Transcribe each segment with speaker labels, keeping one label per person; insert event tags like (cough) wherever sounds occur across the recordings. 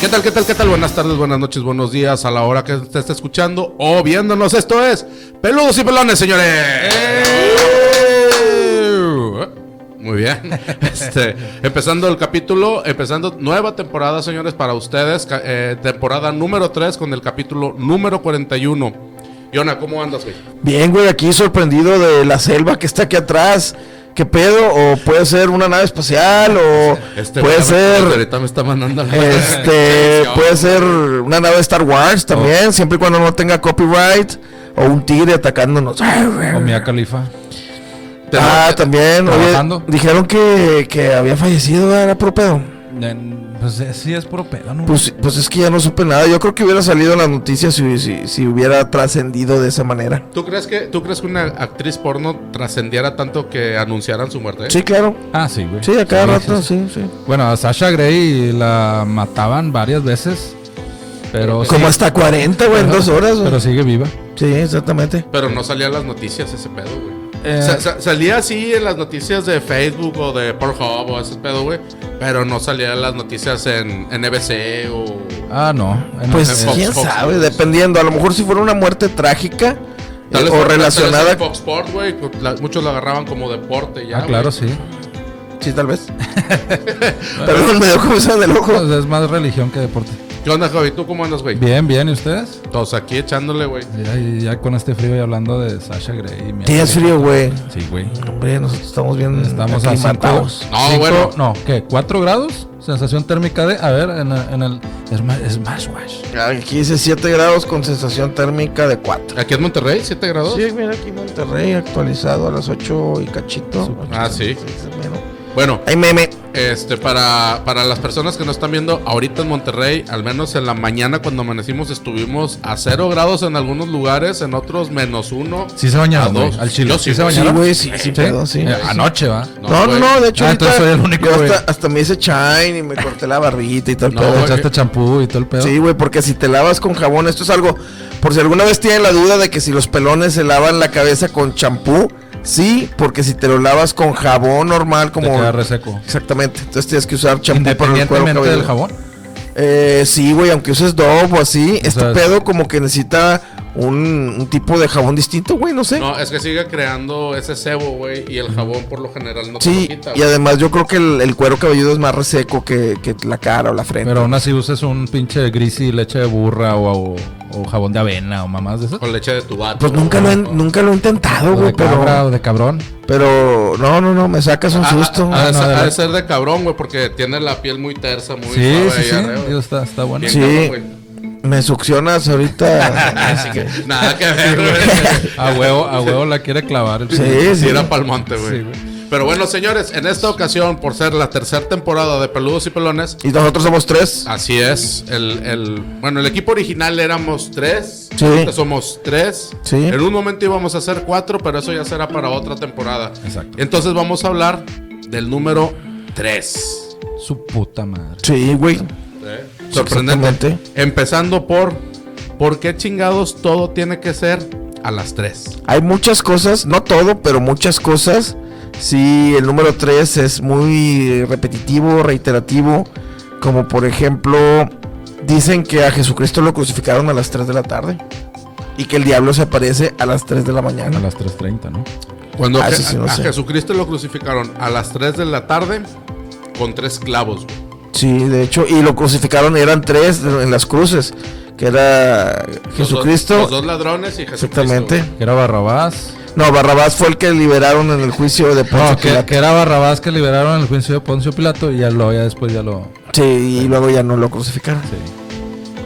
Speaker 1: ¿Qué tal, qué tal, qué tal? Buenas tardes, buenas noches, buenos días a la hora que usted esté escuchando o viéndonos. Esto es Peludos y Pelones, señores. Eh, Muy bien.
Speaker 2: (laughs)
Speaker 1: Este, empezando el capítulo, empezando nueva temporada, señores, para ustedes. ca- eh, temporada número 3 con el capítulo número 41. Yona, ¿cómo andas, güey?
Speaker 2: Bien, güey, aquí sorprendido de la selva que está aquí atrás. ¿Qué pedo? O puede ser una nave espacial, o puede
Speaker 1: güey,
Speaker 2: ser.
Speaker 1: Este, Ahorita me está mandando la- (laughs)
Speaker 2: Este. puede ser una nave de Star Wars también, siempre y cuando no tenga copyright. O un tigre atacándonos.
Speaker 3: O
Speaker 2: (clears throat)
Speaker 3: Mia Khalifa.
Speaker 2: Ah, también. oye,
Speaker 3: trabajando.
Speaker 2: dijeron que, que había fallecido, era puro pedo.
Speaker 3: En- Pues eh, sí, es puro pedo, ¿no?
Speaker 2: Pues, pues es que ya no supe nada. Yo creo que hubiera salido en las noticias si, si, si hubiera trascendido de esa manera.
Speaker 1: ¿Tú crees que tú crees que una actriz porno trascendiera tanto que anunciaran su muerte?
Speaker 2: Sí, claro.
Speaker 3: ah, sí, güey.
Speaker 2: Sí, a cada
Speaker 3: Sí,
Speaker 2: rato,
Speaker 3: sí,
Speaker 2: sí, sí.
Speaker 3: sí. Bueno, a Sasha Grey la mataban varias veces. Pero.
Speaker 2: Como
Speaker 3: Pues sí-
Speaker 2: hasta 40, güey, en
Speaker 3: pero-
Speaker 2: dos horas. güey.
Speaker 3: Pero sigue viva.
Speaker 2: Sí, exactamente.
Speaker 1: Pero no salía en las noticias ese pedo, güey.
Speaker 3: Eh.
Speaker 1: Sa- sa- salía así en las noticias de Facebook o de Pornhub o ese pedo, güey. Pero no salía en las noticias en NBC o.
Speaker 3: Ah, no. En-
Speaker 2: Pues
Speaker 3: eh,
Speaker 1: Fox,
Speaker 2: quién
Speaker 1: Fox,
Speaker 2: sabe,
Speaker 1: Fox.
Speaker 2: dependiendo. A lo mejor si fuera una muerte trágica
Speaker 1: Tal vez-
Speaker 2: eh,
Speaker 1: tal
Speaker 2: o
Speaker 1: vez
Speaker 2: relacionada.
Speaker 1: en Fox Sport, güey. pues la- Muchos lo agarraban como deporte ya.
Speaker 3: ah, claro,
Speaker 1: güey.
Speaker 3: sí.
Speaker 2: Sí, tal vez. Perdón, me dio cosa del ojo.
Speaker 3: Pues es más religión que deporte.
Speaker 1: ¿Qué onda, Javi? ¿Tú cómo andas, güey?
Speaker 3: Bien, bien. ¿Y ustedes?
Speaker 1: Todos aquí echándole, güey.
Speaker 3: Ya, ya con este frío y hablando de Sasha Grey. y Mia
Speaker 2: Sí, es
Speaker 3: Khalifa.
Speaker 2: frío, güey.
Speaker 3: Sí, güey.
Speaker 2: Hombre, nosotros estamos bien
Speaker 3: Estamos a cinco,
Speaker 2: aclimatados.
Speaker 1: No,
Speaker 3: cinco-
Speaker 1: bueno.
Speaker 3: No, ¿qué? ¿4 grados? Sensación térmica de. A ver, en, el- en el. Es más, es más, güey.
Speaker 2: Aquí dice 7 grados con sensación térmica de 4.
Speaker 1: Aquí en Monterrey, 7 grados.
Speaker 2: Sí, mira aquí Monterrey actualizado a las 8 y cachito.
Speaker 1: Ah, sí.
Speaker 2: bueno.
Speaker 1: Bueno,
Speaker 2: Ay, meme.
Speaker 1: Este, para, para las personas que nos están viendo ahorita en Monterrey, al menos en la mañana cuando amanecimos estuvimos a cero grados en algunos lugares, en otros menos uno.
Speaker 3: Sí se bañaron,
Speaker 1: A dos.
Speaker 3: güey, al chile.
Speaker 1: Yo sí,
Speaker 3: Sí se
Speaker 1: güey.
Speaker 2: Sí,
Speaker 3: bañaron.
Speaker 2: güey, sí, sí,
Speaker 3: ¿Sí?
Speaker 2: pedo, sí.
Speaker 3: Eh, anoche, va.
Speaker 1: No,
Speaker 2: No, no,
Speaker 1: güey.
Speaker 2: no, de hecho
Speaker 3: Ah,
Speaker 2: ahorita
Speaker 3: entonces soy el único,
Speaker 2: yo hasta,
Speaker 3: güey.
Speaker 2: hasta me hice shine y me corté la barbita y todo el
Speaker 1: No,
Speaker 2: pedo.
Speaker 3: Te
Speaker 1: güey.
Speaker 3: echaste champú y todo el pedo.
Speaker 2: Sí, güey, porque si te lavas con jabón, esto es algo. Por si alguna vez tienen la duda de que si los pelones se lavan la cabeza con champú, sí, porque si te lo lavas con jabón normal,
Speaker 3: Te
Speaker 2: como.
Speaker 3: queda reseco.
Speaker 2: Exactamente, entonces tienes que usar champú para el cuero
Speaker 3: Independientemente del
Speaker 2: cabelludo.
Speaker 3: jabón.
Speaker 2: Eh, sí, güey, aunque uses Dove o así, este
Speaker 3: sea, es-
Speaker 2: pedo como que necesita un, un tipo de jabón distinto, güey, no sé.
Speaker 1: No, es que sigue creando ese cebo, güey, y el jabón por lo general no te
Speaker 2: sí,
Speaker 1: lo quita.
Speaker 2: y
Speaker 1: güey.
Speaker 2: además yo creo que el, el cuero cabelludo es más reseco que, que la cara o la frente.
Speaker 3: Pero aún así uses un pinche gris y leche de burra o, o, o jabón de avena o mamás de esas.
Speaker 1: Con leche de tu vato.
Speaker 2: Pues nunca lo, he, nunca lo he intentado,
Speaker 3: O
Speaker 2: güey,
Speaker 3: de cabra
Speaker 2: pero,
Speaker 3: o de cabrón.
Speaker 2: pero no, no, no, me sacas un
Speaker 1: Ah,
Speaker 2: susto.
Speaker 1: ah, ah,
Speaker 3: Ah, no,
Speaker 1: ha de
Speaker 3: adelante.
Speaker 1: ser de cabrón, güey, porque tiene la piel muy tersa, muy
Speaker 3: Sí,
Speaker 1: suave
Speaker 3: sí,
Speaker 1: ahí
Speaker 3: sí.
Speaker 1: arriba.
Speaker 3: Digo, está, está bueno.
Speaker 1: Bien
Speaker 2: Sí.
Speaker 1: cabrón,
Speaker 2: (laughs)
Speaker 1: güey.
Speaker 2: me succionas ahorita.
Speaker 1: ah. (laughs) Así que nada que ver, (laughs) güey.
Speaker 3: A huevo, a huevo la quiere clavar. El
Speaker 2: Sí.
Speaker 1: Si era palmonte, güey.
Speaker 3: Sí, güey.
Speaker 1: Pero bueno, señores, en esta ocasión, por ser la tercera temporada de Peludos y Pelones,
Speaker 2: y nosotros somos tres.
Speaker 1: Así es. El, el- bueno, el equipo original éramos tres.
Speaker 2: Sí.
Speaker 1: Ahorita somos tres.
Speaker 2: Sí.
Speaker 1: En un momento íbamos a hacer cuatro, pero eso ya será para otra temporada.
Speaker 3: Exacto.
Speaker 1: Entonces vamos a hablar del número tres.
Speaker 3: Su puta madre.
Speaker 2: Sí, güey.
Speaker 1: Sorprendente.
Speaker 2: Exactamente.
Speaker 1: Empezando por ¿por qué chingados todo tiene que ser a las tres?
Speaker 2: Hay muchas cosas, no todo, pero muchas cosas. Sí, el número 3 es muy repetitivo, reiterativo. Como por ejemplo, dicen que a Jesucristo lo crucificaron a las 3 de la tarde. Y que el diablo se aparece a las 3 de la
Speaker 3: A
Speaker 2: mañana.
Speaker 3: las 3.30, ¿no?
Speaker 1: Cuando
Speaker 2: Ah,
Speaker 1: Je-
Speaker 2: eso sí, no
Speaker 1: a
Speaker 2: sé.
Speaker 1: Jesucristo lo crucificaron a las tres de la tarde con tres clavos. güey.
Speaker 2: Sí, de hecho, y lo crucificaron, eran tres en las cruces. Que era
Speaker 1: Los dos-
Speaker 2: Jesucristo.
Speaker 1: Los dos ladrones y Jesucristo.
Speaker 2: exactamente.
Speaker 1: güey.
Speaker 3: Que era Barrabás.
Speaker 2: No, Barrabás fue el que liberaron en el juicio de Poncio
Speaker 3: No, que,
Speaker 2: Pilato.
Speaker 3: que era Barrabás que liberaron en el juicio de Poncio Pilato y ya lo, ya después ya lo.
Speaker 2: Sí, y luego ya no lo crucificaron.
Speaker 3: Sí.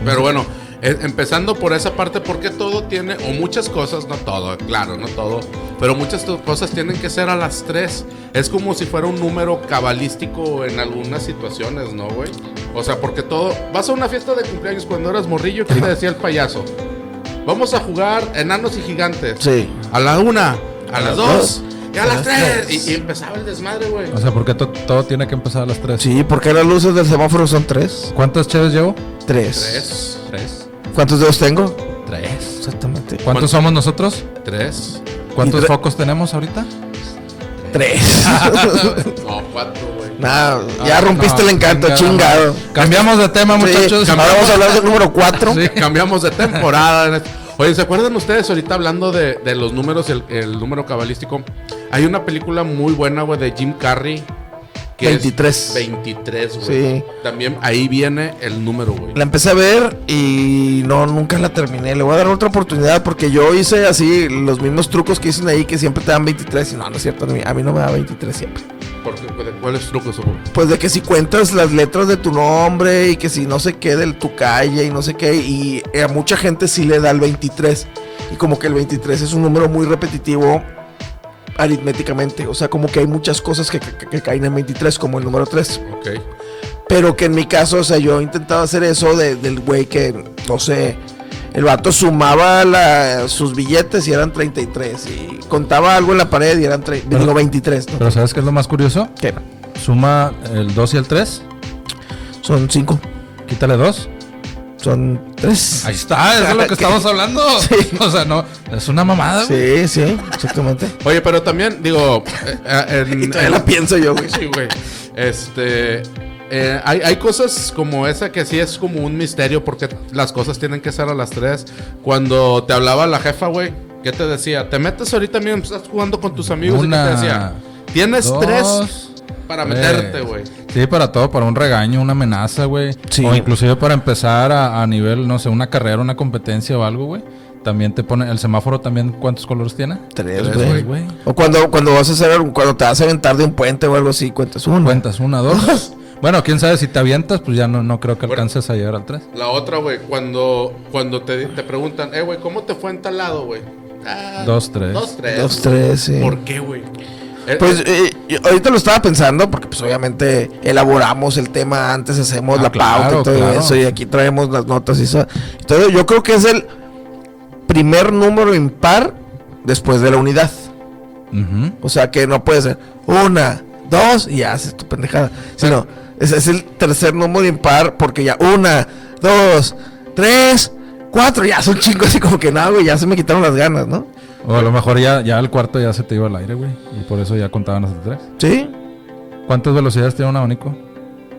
Speaker 1: Pero bueno, eh, empezando por esa parte, porque todo tiene, o muchas cosas, no todo, claro, no todo, pero muchas to- cosas tienen que ser a las tres. Es como si fuera un número cabalístico en algunas situaciones, ¿no, güey? O sea, porque todo. Vas a una fiesta de cumpleaños cuando eras morrillo, ¿qué te decía el payaso? Vamos a jugar enanos y gigantes.
Speaker 2: Sí.
Speaker 1: A la una, a, las
Speaker 2: las
Speaker 1: dos,
Speaker 2: dos,
Speaker 1: y a las tres. Y, y empezaba el desmadre, güey.
Speaker 3: O sea, porque to- todo tiene que empezar a las 3.
Speaker 2: Sí, porque las luces del semáforo son tres.
Speaker 3: ¿Cuántas chaves llevo?
Speaker 2: Tres.
Speaker 1: Tres,
Speaker 3: 3.
Speaker 2: ¿Cuántos dedos tengo?
Speaker 3: 3.
Speaker 2: Exactamente.
Speaker 3: ¿Cuántos somos nosotros?
Speaker 1: tres.
Speaker 3: ¿Cuántos
Speaker 2: Y tre-
Speaker 3: focos tenemos ahorita?
Speaker 2: Tres. (laughs)
Speaker 1: (laughs) No, cuatro, güey.
Speaker 2: Nah, ya
Speaker 1: Ah,
Speaker 2: rompiste
Speaker 3: no,
Speaker 2: el encanto,
Speaker 3: chingada
Speaker 2: chingado.
Speaker 3: madre. Cambiamos de tema,
Speaker 2: Sí,
Speaker 3: muchachos.
Speaker 2: ahora vamos a hablar del número cuatro.
Speaker 3: Sí.
Speaker 1: (laughs) Cambiamos de temporada. Oye, ¿se acuerdan ustedes ahorita hablando de, de los números, el, el número cabalístico? Hay una película muy buena, güey, de Jim Carrey. es
Speaker 2: 23.
Speaker 1: 23, güey.
Speaker 2: Sí.
Speaker 1: También ahí viene el número, güey.
Speaker 2: La empecé a ver y no, nunca la terminé. Le voy a dar otra oportunidad porque yo hice así los mismos trucos que dicen ahí que siempre te dan 23 y no, no es cierto. A mí, a mí no me da 23 siempre.
Speaker 1: ¿Por qué? ¿Cuál- ¿Cuál es el truco, güey?
Speaker 2: Pues de que si cuentas las letras de tu nombre y que si no sé qué de tu calle y no sé qué. Y a mucha gente sí le da el 23. Y como que el 23 es un número muy repetitivo aritméticamente. O sea, como que hay muchas cosas que, que- que caen en 23, como el número 3.
Speaker 1: Ok.
Speaker 2: Pero que en mi caso, o sea, yo intentaba hacer eso de- del güey que, no sé, el vato sumaba la- sus billetes y eran 33. Y contaba algo en la pared y eran tre-
Speaker 3: Pero-
Speaker 2: digo, 23. ¿no?
Speaker 3: Pero ¿sabes qué es lo más curioso?
Speaker 2: ¿Qué?
Speaker 3: Suma el 2 y el 3.
Speaker 2: Son 5,
Speaker 3: Quítale 2.
Speaker 2: son 3.
Speaker 3: Ahí está, eso es (laughs) lo que estamos hablando.
Speaker 2: Sí.
Speaker 3: (laughs) O sea, no, es una mamada. ah, güey.
Speaker 2: Sí, sí, exactamente. Mm,
Speaker 1: Oye, pero también, digo, eh, eh, en-
Speaker 2: (laughs) Y todavía la pienso yo, güey.
Speaker 1: Sí, güey. Este. eh, hay, hay cosas como esa que sí es como un misterio porque las cosas tienen que ser a las 3. Cuando te hablaba la jefa, güey, ¿qué te decía? Te metes ahorita mismo, estás jugando con tus amigos y
Speaker 3: Una,
Speaker 1: ¿qué te decía? Tienes
Speaker 3: Dos,
Speaker 1: tres para
Speaker 3: tres.
Speaker 1: meterte, güey.
Speaker 3: Pues, Sí, para todo, para un regaño, una amenaza, güey.
Speaker 2: Sí.
Speaker 3: O inclusive para empezar a, a nivel, no sé, una carrera, una competencia o algo, güey. También te pone el semáforo también cuántos colores tiene?
Speaker 2: Tres,
Speaker 3: Tres,
Speaker 2: güey.
Speaker 3: güey.
Speaker 2: O cuando, cuando vas a hacer algo- cuando te vas a aventar de un puente o algo así, cuentas uno.
Speaker 3: Cuentas una, dos. bueno, quién sabe si te avientas, pues ya no, no creo que
Speaker 1: Bueno.
Speaker 3: alcances a llegar al tres.
Speaker 1: La otra, güey, cuando, cuando te, te preguntan, eh, güey, ¿cómo te fue en tal lado, güey? Ah,
Speaker 3: Dos, tres.
Speaker 1: Dos, tres.
Speaker 2: Dos, tres, sí.
Speaker 1: ¿Por qué, güey? Eh,
Speaker 2: Pues eh, yo ahorita lo estaba pensando porque pues obviamente elaboramos el tema antes, hacemos
Speaker 3: Ah,
Speaker 2: la
Speaker 3: claro,
Speaker 2: pauta y todo
Speaker 3: claro.
Speaker 2: eso y aquí traemos las notas y eso. Entonces yo creo que es el primer número impar después de la unidad.
Speaker 3: Ujú.
Speaker 2: O sea que no puede ser una, dos y ya haces tu pendejada. Sino es, es el tercer número impar porque ya una, dos, tres, cuatro, ya son chingos así como que nada, güey, ya se me quitaron las ganas, ¿no?
Speaker 3: O a lo mejor ya, ya al cuarto ya se te iba al aire, güey. Y por eso ya contaban hasta tres.
Speaker 2: Sí,
Speaker 3: ¿Cuántas velocidades tiene un abanico?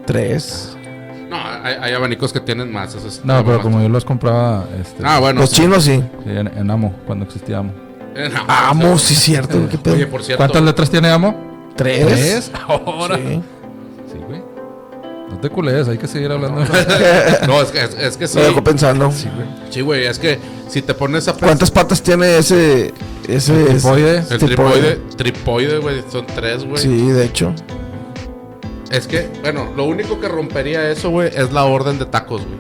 Speaker 2: tres.
Speaker 1: eh, no, hay, hay abanicos que tienen más. eso es-
Speaker 3: No, pero como yo los compraba este,
Speaker 1: Ah, bueno.
Speaker 2: Los chinos sí.
Speaker 3: sí, en, en Amo, cuando existía Amo.
Speaker 1: Eh, no,
Speaker 3: Ah,
Speaker 2: Amo, sí, cierto. güey, ¿Qué pedo?
Speaker 1: Oye, por cierto.
Speaker 3: ¿Cuántas letras tiene Amo?
Speaker 2: ¿Tres?
Speaker 1: (laughs)
Speaker 3: Ahora.
Speaker 2: Sí.
Speaker 3: Sí, güey. No te culees, hay que seguir hablando.
Speaker 1: No, es que, es, es que sí.
Speaker 2: Me dejó pensando. pues,
Speaker 1: Sí, güey, Pues, es que si te pones a pensar.
Speaker 2: ¿Cuántas patas tiene ese. ese
Speaker 3: El tripoide.
Speaker 2: ese
Speaker 1: El tripoide, tripoide, güey, son tres, güey.
Speaker 2: Sí, de hecho.
Speaker 1: Es que, bueno, lo único que rompería eso, güey, es la orden de tacos, güey.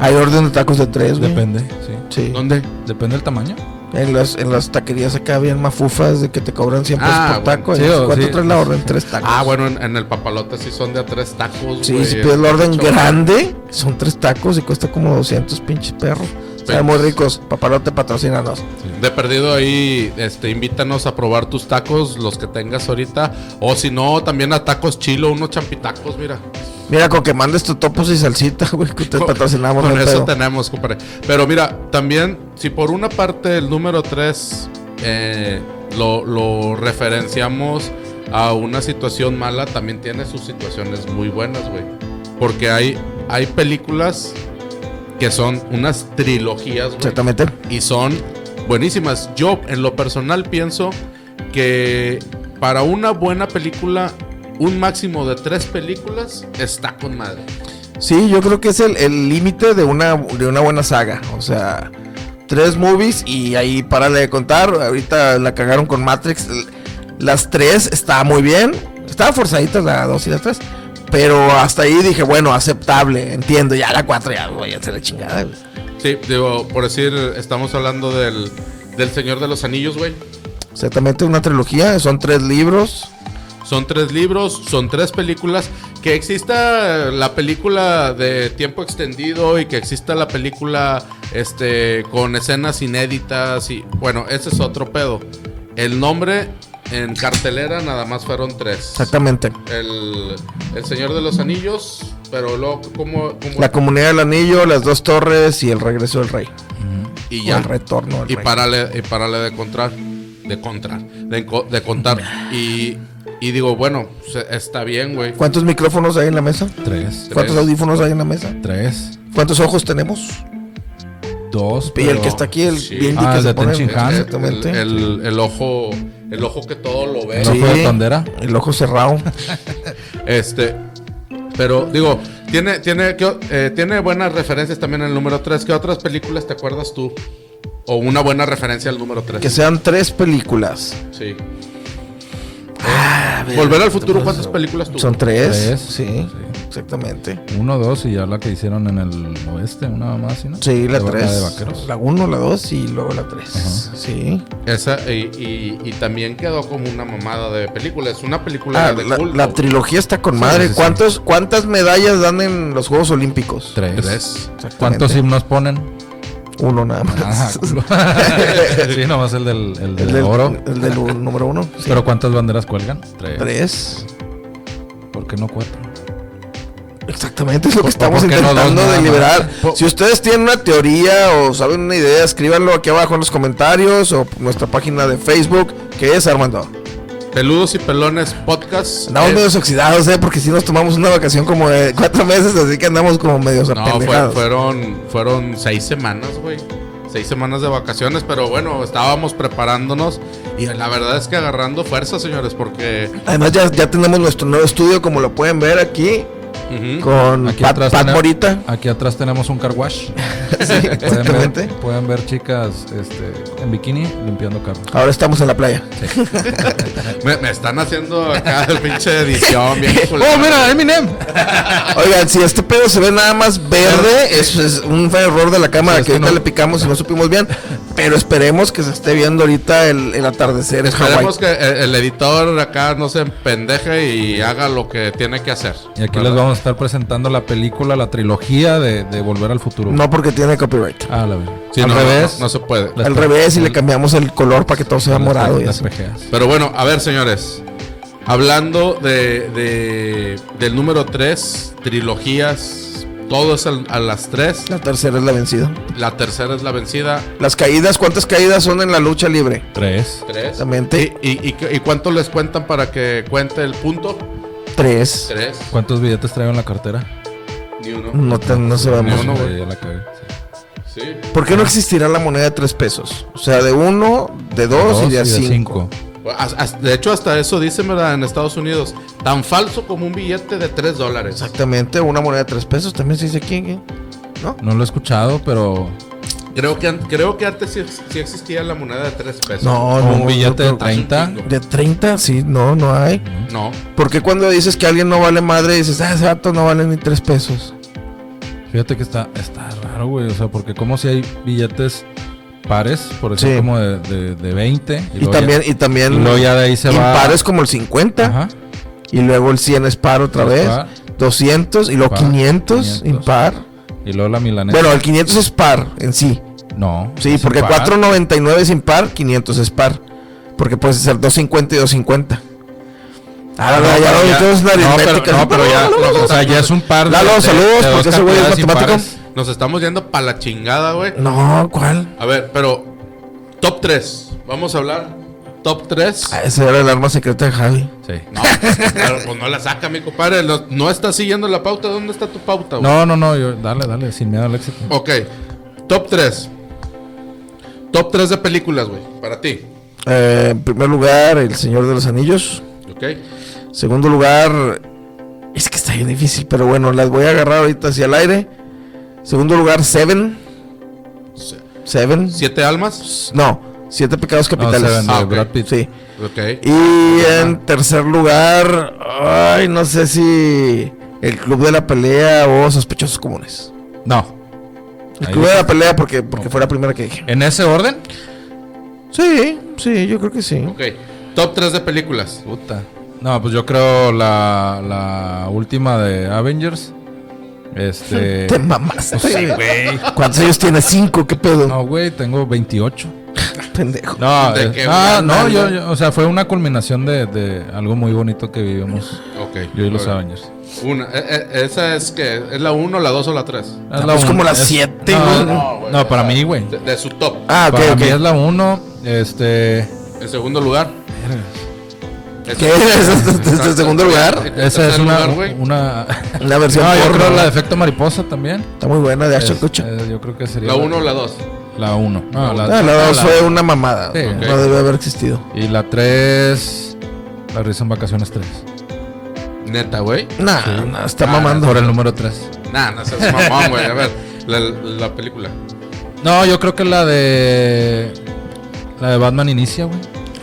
Speaker 2: Hay orden de tacos de tres, güey.
Speaker 3: Depende, sí.
Speaker 2: Sí.
Speaker 1: ¿Dónde?
Speaker 3: Depende del tamaño.
Speaker 2: En las, en las taquerías acá habían mafufas de que te cobran 100 pesos
Speaker 1: Ah,
Speaker 2: por
Speaker 1: bueno,
Speaker 2: taco.
Speaker 3: sí,
Speaker 2: y dices,
Speaker 3: o
Speaker 2: ¿Cuánto
Speaker 3: sí.
Speaker 2: traes la orden? Tres tacos.
Speaker 1: Ah, bueno, en, en el papalote sí son de a tres tacos,
Speaker 2: Sí,
Speaker 1: güey.
Speaker 2: si pides la orden
Speaker 1: Ocho,
Speaker 2: grande, son tres tacos y cuesta como 200 pinches perros.
Speaker 1: Pero-
Speaker 2: Están muy ricos. Papalote, patrocínanos.
Speaker 1: De perdido ahí, este, invítanos a probar tus tacos, los que tengas ahorita. O si no, también a tacos chilo, unos champitacos, mira.
Speaker 2: Mira, con que mandes tu topos y salsita, (laughs) güey, que te
Speaker 1: Con-
Speaker 2: patrocinamos.
Speaker 1: Con
Speaker 2: no hay
Speaker 1: eso
Speaker 2: pedo.
Speaker 1: tenemos, compadre. Pero mira, también, si por una parte el número 3 lo, lo referenciamos a una situación mala, también tiene sus situaciones muy buenas, güey. Porque hay, hay películas que son unas trilogías, güey
Speaker 2: Exactamente.
Speaker 1: y son buenísimas. Yo en lo personal pienso que para una buena película un máximo de tres películas está con madre.
Speaker 2: Sí, yo creo que es el el límite de una, de una buena saga. O sea, tres movies y ahí párale de contar. Ahorita la cagaron con Matrix. L- Las tres está muy bien. Estaban forzaditas la dos y la tres. Pero hasta ahí dije, bueno, aceptable, entiendo. Ya la cuatro ya voy a hacer la chingada. güey.
Speaker 1: Sí, digo, por decir, estamos hablando del, del Señor de los Anillos, güey.
Speaker 2: Exactamente una trilogía, son tres libros.
Speaker 1: Son tres libros, son tres películas. Que exista eh, la película de tiempo extendido y que exista la película este, con escenas inéditas. y Bueno, ese es otro pedo. El nombre en cartelera nada más fueron tres.
Speaker 2: Exactamente.
Speaker 1: El, el Señor de los Anillos, pero luego, ¿cómo? cómo?
Speaker 2: La comunidad del anillo, las dos torres y el regreso del rey.
Speaker 1: y
Speaker 2: Y el
Speaker 1: ya.
Speaker 2: retorno del
Speaker 1: Y
Speaker 2: rey.
Speaker 1: para y párale de encontrar. de contar, de, enco- de
Speaker 2: (laughs)
Speaker 1: contar. Y, y digo, bueno, se- está bien, güey.
Speaker 2: ¿Cuántos micrófonos hay en la mesa?
Speaker 3: Tres.
Speaker 2: ¿Cuántos audífonos hay en la mesa?
Speaker 3: Tres.
Speaker 2: ¿Cuántos ojos tenemos?
Speaker 3: Dos.
Speaker 2: Y el
Speaker 3: pero-
Speaker 2: que está aquí, el
Speaker 1: Sí.
Speaker 2: Bindi
Speaker 3: Ah,
Speaker 2: que
Speaker 3: el
Speaker 2: se
Speaker 3: de
Speaker 2: pone.
Speaker 3: Tenchin Han.
Speaker 1: Este, El,
Speaker 2: Exactamente. El,
Speaker 1: el- el ojo, el ojo que todo lo ve.
Speaker 3: El ojo de Tondera.
Speaker 2: ojo
Speaker 3: (laughs)
Speaker 2: cerrado.
Speaker 1: Este, pero digo, tiene, tiene, que, eh, tiene buenas referencias también el número 3. ¿Qué otras películas te acuerdas tú? O una buena referencia al número 3.
Speaker 2: que sean tres películas.
Speaker 1: Sí.
Speaker 2: Ah,
Speaker 1: Volver al futuro, ¿cuántas películas tú?
Speaker 2: Son tres.
Speaker 3: Tres.
Speaker 2: Sí,
Speaker 3: Sí.
Speaker 2: exactamente.
Speaker 3: Uno, dos y ya la que hicieron en el oeste, una más, ¿sí, ¿no?
Speaker 2: Sí, la
Speaker 3: De- de
Speaker 2: tres.
Speaker 3: vaqueros.
Speaker 2: La uno, la dos y luego la tres.
Speaker 3: Ajá.
Speaker 2: Sí.
Speaker 1: Esa, y, y- y también quedó como una mamada de película. Es una película
Speaker 2: Ah,
Speaker 1: de
Speaker 2: la,
Speaker 1: culto.
Speaker 2: la trilogía está con
Speaker 3: Sí,
Speaker 2: madre.
Speaker 3: sí, sí.
Speaker 2: ¿Cuántos, ¿Cuántas medallas dan en los Juegos Olímpicos?
Speaker 3: Tres.
Speaker 1: Tres.
Speaker 2: Exactamente.
Speaker 3: ¿Cuántos himnos ponen?
Speaker 2: Uno nada (laughs)
Speaker 3: Ah,
Speaker 2: más.
Speaker 3: culo. (laughs) sí, nomás el del, el
Speaker 2: (laughs) el
Speaker 3: del
Speaker 2: del
Speaker 3: oro.
Speaker 2: El del u- número uno. sí.
Speaker 3: (laughs) ¿Pero cuántas banderas cuelgan? Tres.
Speaker 2: Tres.
Speaker 3: ¿Por qué no cuatro?
Speaker 2: Exactamente, es lo que estamos
Speaker 3: por qué no
Speaker 2: intentando
Speaker 3: dos nada
Speaker 2: deliberar.
Speaker 3: más? Po-
Speaker 2: Si ustedes tienen una teoría o saben una idea, escríbanlo aquí abajo en los comentarios o por nuestra página de Facebook, que es Armando.
Speaker 1: Peludos y pelones podcast.
Speaker 2: Andamos
Speaker 1: Eh,
Speaker 2: medio oxidados, ¿eh? Porque si nos tomamos una vacación como de cuatro meses, así que andamos como medio
Speaker 1: No, fue-
Speaker 2: apendejados.
Speaker 1: fueron, fueron seis semanas, güey. Seis semanas de vacaciones, pero bueno, estábamos preparándonos y la verdad es que agarrando fuerza, señores, porque...
Speaker 2: Además, ya, ya tenemos nuestro nuevo estudio, como lo pueden ver aquí,
Speaker 1: ujú,
Speaker 2: con
Speaker 3: Aquí
Speaker 2: Pat,
Speaker 3: atrás
Speaker 2: Pat
Speaker 3: tenemos- (laughs)
Speaker 2: Morita.
Speaker 3: Aquí atrás tenemos un car wash. pueden,
Speaker 2: exactamente.
Speaker 3: ver, pueden ver chicas este, en bikini limpiando carros.
Speaker 2: Ahora estamos en la playa.
Speaker 1: me, me están haciendo acá el pinche edición, bien culero.
Speaker 3: ¡Oh, mira! ¡Eminem!
Speaker 2: Oigan, si este pedo se ve nada más verde, es, es un feo error de la cámara
Speaker 3: Sí, es
Speaker 2: que
Speaker 3: que
Speaker 2: ahorita
Speaker 3: no-
Speaker 2: le picamos y no supimos bien. Pero esperemos que se esté viendo ahorita el, el atardecer en Hawái.
Speaker 1: Esperemos que el, el editor acá no se empendeje y haga lo que tiene que hacer.
Speaker 3: Y aquí
Speaker 1: ¿verdad?
Speaker 3: les vamos a estar presentando la película, la trilogía de, de Volver al Futuro.
Speaker 2: No porque tiene copyright.
Speaker 3: Ah, la verdad.
Speaker 1: Sí,
Speaker 3: Al
Speaker 1: no, no,
Speaker 3: revés.
Speaker 1: No, no se puede.
Speaker 3: las
Speaker 2: Al
Speaker 3: pe-
Speaker 2: revés y le cambiamos el color para que todo sea
Speaker 3: las-
Speaker 2: morado. y
Speaker 3: las
Speaker 2: así.
Speaker 3: pejeas.
Speaker 1: Pero bueno, a ver, señores. Hablando de, de- del número 3, trilogías, todo es al- a las 3.
Speaker 2: La tercera es la vencida.
Speaker 1: La tercera es la vencida.
Speaker 2: Las caídas, ¿cuántas caídas son en la lucha libre?
Speaker 3: Tres.
Speaker 1: Tres.
Speaker 2: Exactamente.
Speaker 1: ¿Y, y, y qué- y cuánto les cuentan para que cuente el punto?
Speaker 2: Tres.
Speaker 1: Tres.
Speaker 3: ¿Cuántos billetes traigo en la cartera?
Speaker 1: Ni uno.
Speaker 2: No, te- no se va a
Speaker 1: Ni
Speaker 2: mostrar.
Speaker 1: uno,
Speaker 3: Sí,
Speaker 1: güey.
Speaker 3: ya la cagué, sí.
Speaker 1: Sí.
Speaker 2: ¿Por qué no existirá la moneda de tres pesos? O sea, de uno, de dos, y de cinco.
Speaker 1: As- as- De hecho, hasta eso dicen, ¿verdad? En Estados Unidos. Tan falso como un billete de tres dólares.
Speaker 2: Exactamente, una moneda de tres pesos también se dice aquí, ¿eh? ¿no?
Speaker 3: No lo he escuchado, pero
Speaker 1: Creo que, an- creo que antes sí, sí existía la moneda de tres pesos.
Speaker 2: No, no,
Speaker 3: un billete
Speaker 2: no,
Speaker 3: de 30.
Speaker 1: no.
Speaker 2: De 30, sí, no, no hay.
Speaker 1: No.
Speaker 2: ¿Por qué cuando dices que alguien no vale madre dices, ah, ese vato no vale ni tres pesos?
Speaker 3: Fíjate que está, está raro, güey. O sea, porque como si hay billetes pares, por ejemplo,
Speaker 2: Sí.
Speaker 3: como de, de, de 20.
Speaker 2: Y,
Speaker 3: luego ya-
Speaker 2: también, y
Speaker 3: y
Speaker 2: también
Speaker 3: luego ya de ahí se va.
Speaker 2: impares como el 50,
Speaker 3: Ajá.
Speaker 2: y luego el 100 es par otra
Speaker 3: Es
Speaker 2: vez,
Speaker 3: par.
Speaker 2: 200 y luego
Speaker 3: Par,
Speaker 2: 500,
Speaker 3: 500.
Speaker 2: impar.
Speaker 3: Y luego la milanesa.
Speaker 2: Bueno, el 500 es par en sí,
Speaker 3: no.
Speaker 2: sí,
Speaker 3: es
Speaker 2: porque
Speaker 3: impar.
Speaker 2: 499 es impar, 500 es par, porque puedes ser 250 y 250. Ah,
Speaker 3: No,
Speaker 2: no, ya
Speaker 3: pero
Speaker 2: no,
Speaker 3: ya-
Speaker 2: entonces la
Speaker 3: no, pero-
Speaker 2: aritmética.
Speaker 3: no, pero
Speaker 2: (laughs)
Speaker 3: ya. O sea, ya es un par
Speaker 2: Lalo, saludos,
Speaker 3: dos
Speaker 2: porque ese güey es
Speaker 3: cantidades
Speaker 2: matemático.
Speaker 3: impares.
Speaker 1: Nos estamos yendo para la chingada, güey.
Speaker 2: No, ¿cuál?
Speaker 1: A ver, pero. Top 3. Vamos a hablar. Top 3.
Speaker 2: (laughs) Ah, Ese era el arma secreta de Javi.
Speaker 3: Sí.
Speaker 1: No, pero pues no la saca, mi compadre. No, no está siguiendo la pauta. ¿Dónde está tu pauta, güey?
Speaker 3: No, no, no. yo- dale, dale. Sin miedo al éxito.
Speaker 2: Oh,
Speaker 1: Ok. Top 3. Top 3 de películas, güey. Para ti.
Speaker 2: Eh, en primer lugar, El Señor de los Anillos.
Speaker 1: Ok.
Speaker 2: Segundo lugar, es que está bien difícil, pero bueno, las voy a agarrar ahorita hacia el aire. Segundo lugar, Seven.
Speaker 1: Se-
Speaker 2: Seven.
Speaker 1: ¿Siete almas?
Speaker 2: No, Siete Pecados
Speaker 3: No,
Speaker 2: Capitales.
Speaker 3: Seven,
Speaker 1: Ah,
Speaker 3: de
Speaker 1: ok.
Speaker 3: Brad Pitt.
Speaker 2: Sí.
Speaker 1: Ok.
Speaker 2: Y en tercer lugar, ay, no sé si El Club de la Pelea o Sospechosos Comunes.
Speaker 3: No.
Speaker 2: El
Speaker 3: Ahí
Speaker 2: Club de
Speaker 3: dice-
Speaker 2: la Pelea porque, porque fue la primera que dije.
Speaker 3: ¿En ese orden?
Speaker 2: Sí, sí, yo creo que sí.
Speaker 1: Ok. Top 3 de películas.
Speaker 3: Puta. No, pues yo creo la, la última de Avengers.
Speaker 2: (laughs)
Speaker 3: Este.
Speaker 2: Te mamaste. ¿Cuántos años tienes? Cinco, qué pedo.
Speaker 3: No, güey, tengo 28.
Speaker 2: Pendejo.
Speaker 3: No,
Speaker 1: ¿De
Speaker 3: eh,
Speaker 1: qué,
Speaker 3: ah,
Speaker 1: güey?
Speaker 3: no, yo, yo- o sea, fue una culminación de, de algo muy bonito que vivimos
Speaker 1: Ok.
Speaker 3: yo y los
Speaker 1: A ver.
Speaker 3: Avengers.
Speaker 1: Una. e- e- esa es que. ¿Es la 1, la 2 o la 3?
Speaker 3: Es
Speaker 2: pues
Speaker 3: un-
Speaker 2: como la
Speaker 3: es-
Speaker 2: siete,
Speaker 3: no,
Speaker 2: güey.
Speaker 3: No, no, para mí, güey.
Speaker 1: De, de su top.
Speaker 2: Ah, ok,
Speaker 3: para
Speaker 2: ok.
Speaker 3: mí es la 1. Este.
Speaker 1: En segundo lugar. Es-
Speaker 2: ¿Qué? ¿Es- es- es- es-
Speaker 1: Exacto.
Speaker 2: en segundo lugar?
Speaker 1: En
Speaker 3: Esa es
Speaker 1: tercer
Speaker 3: una.
Speaker 1: lugar, güey.
Speaker 3: una...
Speaker 2: La versión
Speaker 3: no, yo
Speaker 2: porno,
Speaker 3: creo la de
Speaker 2: ¿no?
Speaker 3: efecto mariposa también.
Speaker 2: Está muy buena de Ashok
Speaker 3: Es-
Speaker 2: Kutcher.
Speaker 3: eh, yo creo que sería.
Speaker 1: La 1 o la 2.
Speaker 3: La 1. No, la,
Speaker 2: Ah, la dos
Speaker 3: la-
Speaker 2: fue una mamada.
Speaker 3: Sí,
Speaker 2: no
Speaker 3: ok.
Speaker 2: debe haber existido.
Speaker 3: Y la 3. La risa en vacaciones 3.
Speaker 1: Neta, güey.
Speaker 2: Nah, nah, está
Speaker 1: Ah,
Speaker 2: mamando.
Speaker 3: Por el número 3.
Speaker 1: Nah, no seas mamón, güey. A ver, la, la película.
Speaker 3: No, yo creo que la de. La de Batman Inicia, güey.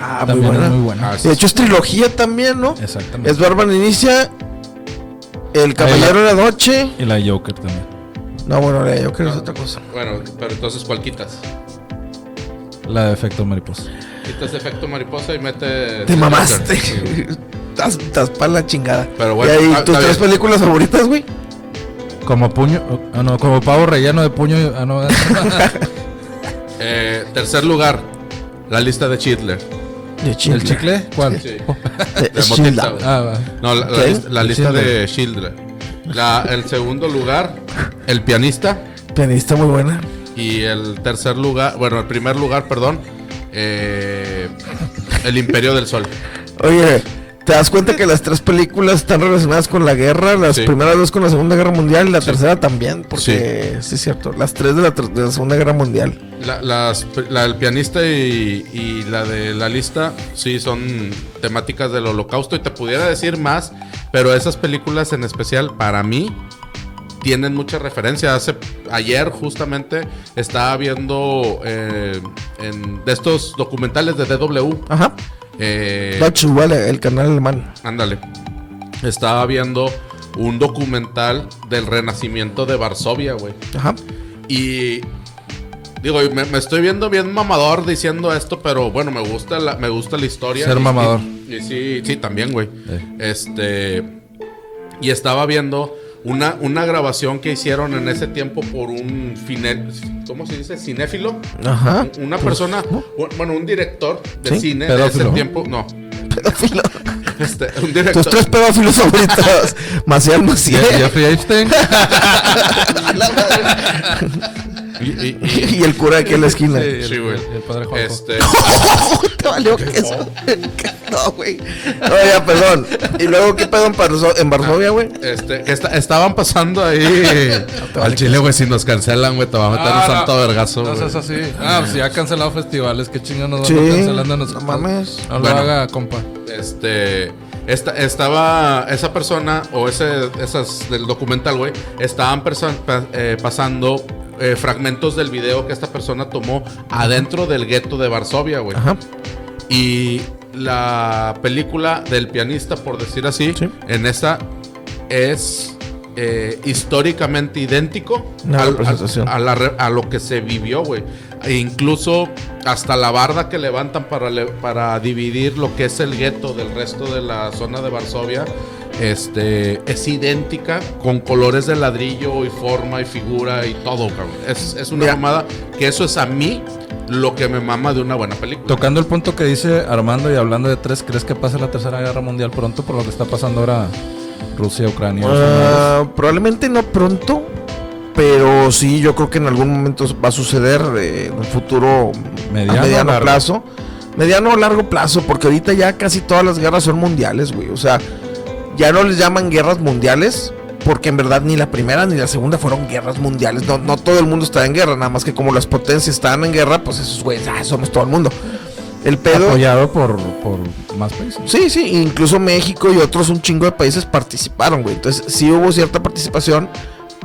Speaker 2: Ah, muy
Speaker 3: también
Speaker 2: buena.
Speaker 3: es muy buena.
Speaker 1: Ah, sí.
Speaker 2: De hecho, es trilogía también, ¿no?
Speaker 3: Exactamente.
Speaker 2: Es Barban Inicia, El Caballero de la Noche.
Speaker 3: Y la de Joker también.
Speaker 2: No, bueno, yo creo que es otra cosa.
Speaker 1: Bueno, pero entonces, ¿cuál quitas?
Speaker 3: La de efecto mariposa.
Speaker 1: Quitas efecto mariposa y mete.
Speaker 2: Te mamaste.
Speaker 1: Sí, güey.
Speaker 2: Estás, estás pa' la chingada.
Speaker 1: Pero bueno,
Speaker 2: ¿Y ahí
Speaker 1: está-
Speaker 2: tus
Speaker 1: está
Speaker 2: tres
Speaker 1: bien.
Speaker 2: películas favoritas, güey?
Speaker 3: Como puño. ah, no, como pavo relleno de puño. y- Ah, no. (laughs)
Speaker 1: Eh, tercer lugar, la lista de Chitler.
Speaker 2: De
Speaker 3: ¿El chicle? ¿Cuál?
Speaker 1: Sí.
Speaker 3: (laughs)
Speaker 2: De
Speaker 1: motita,
Speaker 2: Schindler.
Speaker 1: güey.
Speaker 3: Ah, va.
Speaker 1: No, la, la
Speaker 2: Oh. ¿Qué?
Speaker 1: lista- la lista de Children. La, el segundo lugar, el pianista.
Speaker 2: Pianista muy buena.
Speaker 1: Y el tercer lugar, bueno, el primer lugar, perdón, eh, El Imperio del Sol.
Speaker 2: Oye, ¿te das cuenta que las tres películas están relacionadas con la guerra? Las
Speaker 1: Sí.
Speaker 2: primeras dos con la Segunda Guerra Mundial y la tercera también, porque sí. es cierto. Las tres de la, ter- de la Segunda Guerra Mundial.
Speaker 1: La, las- la- el pianista y, y la de la lista, sí, son temáticas del holocausto y te pudiera decir más, pero esas películas en especial, para mí, tienen mucha referencia. Hace, ayer justamente estaba viendo eh, en- de estos documentales de DW.
Speaker 2: Ajá.
Speaker 1: eh,
Speaker 2: Deutsche Welle, el canal alemán.
Speaker 1: Ándale. Estaba viendo un documental del renacimiento de Varsovia, güey.
Speaker 2: Ajá.
Speaker 1: Y digo, y me, me estoy viendo bien mamador diciendo esto, pero bueno, me gusta la, me gusta la historia.
Speaker 3: Ser
Speaker 1: Y-
Speaker 3: mamador.
Speaker 1: Y, y sí, sí, también, güey.
Speaker 3: Sí.
Speaker 1: Este. Y estaba viendo una, una grabación que hicieron en ese tiempo por un fine, ¿cómo se dice? Cinéfilo.
Speaker 2: Ajá.
Speaker 1: Un- Una persona,
Speaker 2: ¿no?
Speaker 1: bu- bueno, un director de
Speaker 2: Sí,
Speaker 1: cine de
Speaker 3: pedófilo.
Speaker 1: ese tiempo. No. (laughs)
Speaker 2: Pedófilo.
Speaker 1: Este, un
Speaker 2: Tus
Speaker 1: director.
Speaker 2: tres
Speaker 1: (laughs)
Speaker 2: pedófilos favoritos. Maciel
Speaker 3: Je-
Speaker 2: Maciel.
Speaker 3: Eh,
Speaker 2: (laughs)
Speaker 3: Jeffrey Epstein.
Speaker 1: Y- y- y-
Speaker 2: (laughs) y el cura aquí en la esquina.
Speaker 3: Sí.
Speaker 1: Sí, güey.
Speaker 3: El- el padre Juanjo.
Speaker 1: Este,
Speaker 2: (laughs) Te valió queso. no, güey. No, ya, perdón. ¿Y luego qué pedo en, Barso- en Varsovia, güey?
Speaker 1: este, que esta- estaban pasando ahí al chile, güey. Si nos cancelan, güey, te va a meter
Speaker 3: Ah,
Speaker 1: un santo
Speaker 3: no.
Speaker 1: vergazo.
Speaker 3: No
Speaker 1: güey.
Speaker 3: seas así. Ah, pues ya ha cancelado festivales. Qué chingados nos
Speaker 2: Sí,
Speaker 3: van a cancelando a
Speaker 2: no
Speaker 3: nosotros.
Speaker 2: mames.
Speaker 3: No
Speaker 1: Bueno.
Speaker 3: lo haga, compa.
Speaker 1: Este, esta- estaba esa persona o ese, esas del documental, güey, estaban perso- pa- eh, pasando eh, fragmentos del video que esta persona tomó adentro del gueto de Varsovia, güey.
Speaker 2: Ajá.
Speaker 1: Y la película del pianista, por decir así,
Speaker 2: Sí.
Speaker 1: en esta es eh, históricamente idéntico
Speaker 2: Una
Speaker 1: al-
Speaker 2: representación.
Speaker 1: a, a la re- a lo que se vivió, güey. E incluso hasta la barda que levantan para, le- para dividir lo que es el gueto del resto de la zona de Varsovia. Este es idéntica con colores de ladrillo y forma y figura y todo, cabrón. Es, es una
Speaker 2: Mira.
Speaker 1: mamada que eso es a mí lo que me mama de una buena película.
Speaker 3: Tocando el punto que dice Armando y hablando de tres, ¿crees que pase la tercera guerra mundial pronto por lo que está pasando ahora Rusia, Ucrania?
Speaker 2: Ah, probablemente no pronto, pero sí, yo creo que en algún momento va a suceder eh, en un futuro
Speaker 3: Mediano
Speaker 2: a mediano
Speaker 3: o largo.
Speaker 2: plazo. Mediano o largo plazo, porque ahorita ya casi todas las guerras son mundiales, güey. O sea, ya no les llaman guerras mundiales, porque en verdad ni la primera ni la segunda fueron guerras mundiales. No, no todo el mundo está en guerra, nada más que como las potencias estaban en guerra, pues esos güeyes, ah, somos todo el mundo. El pedo.
Speaker 3: apoyado por, por más países.
Speaker 2: Sí, sí, incluso México y otros un chingo de países participaron, güey. Entonces sí hubo cierta participación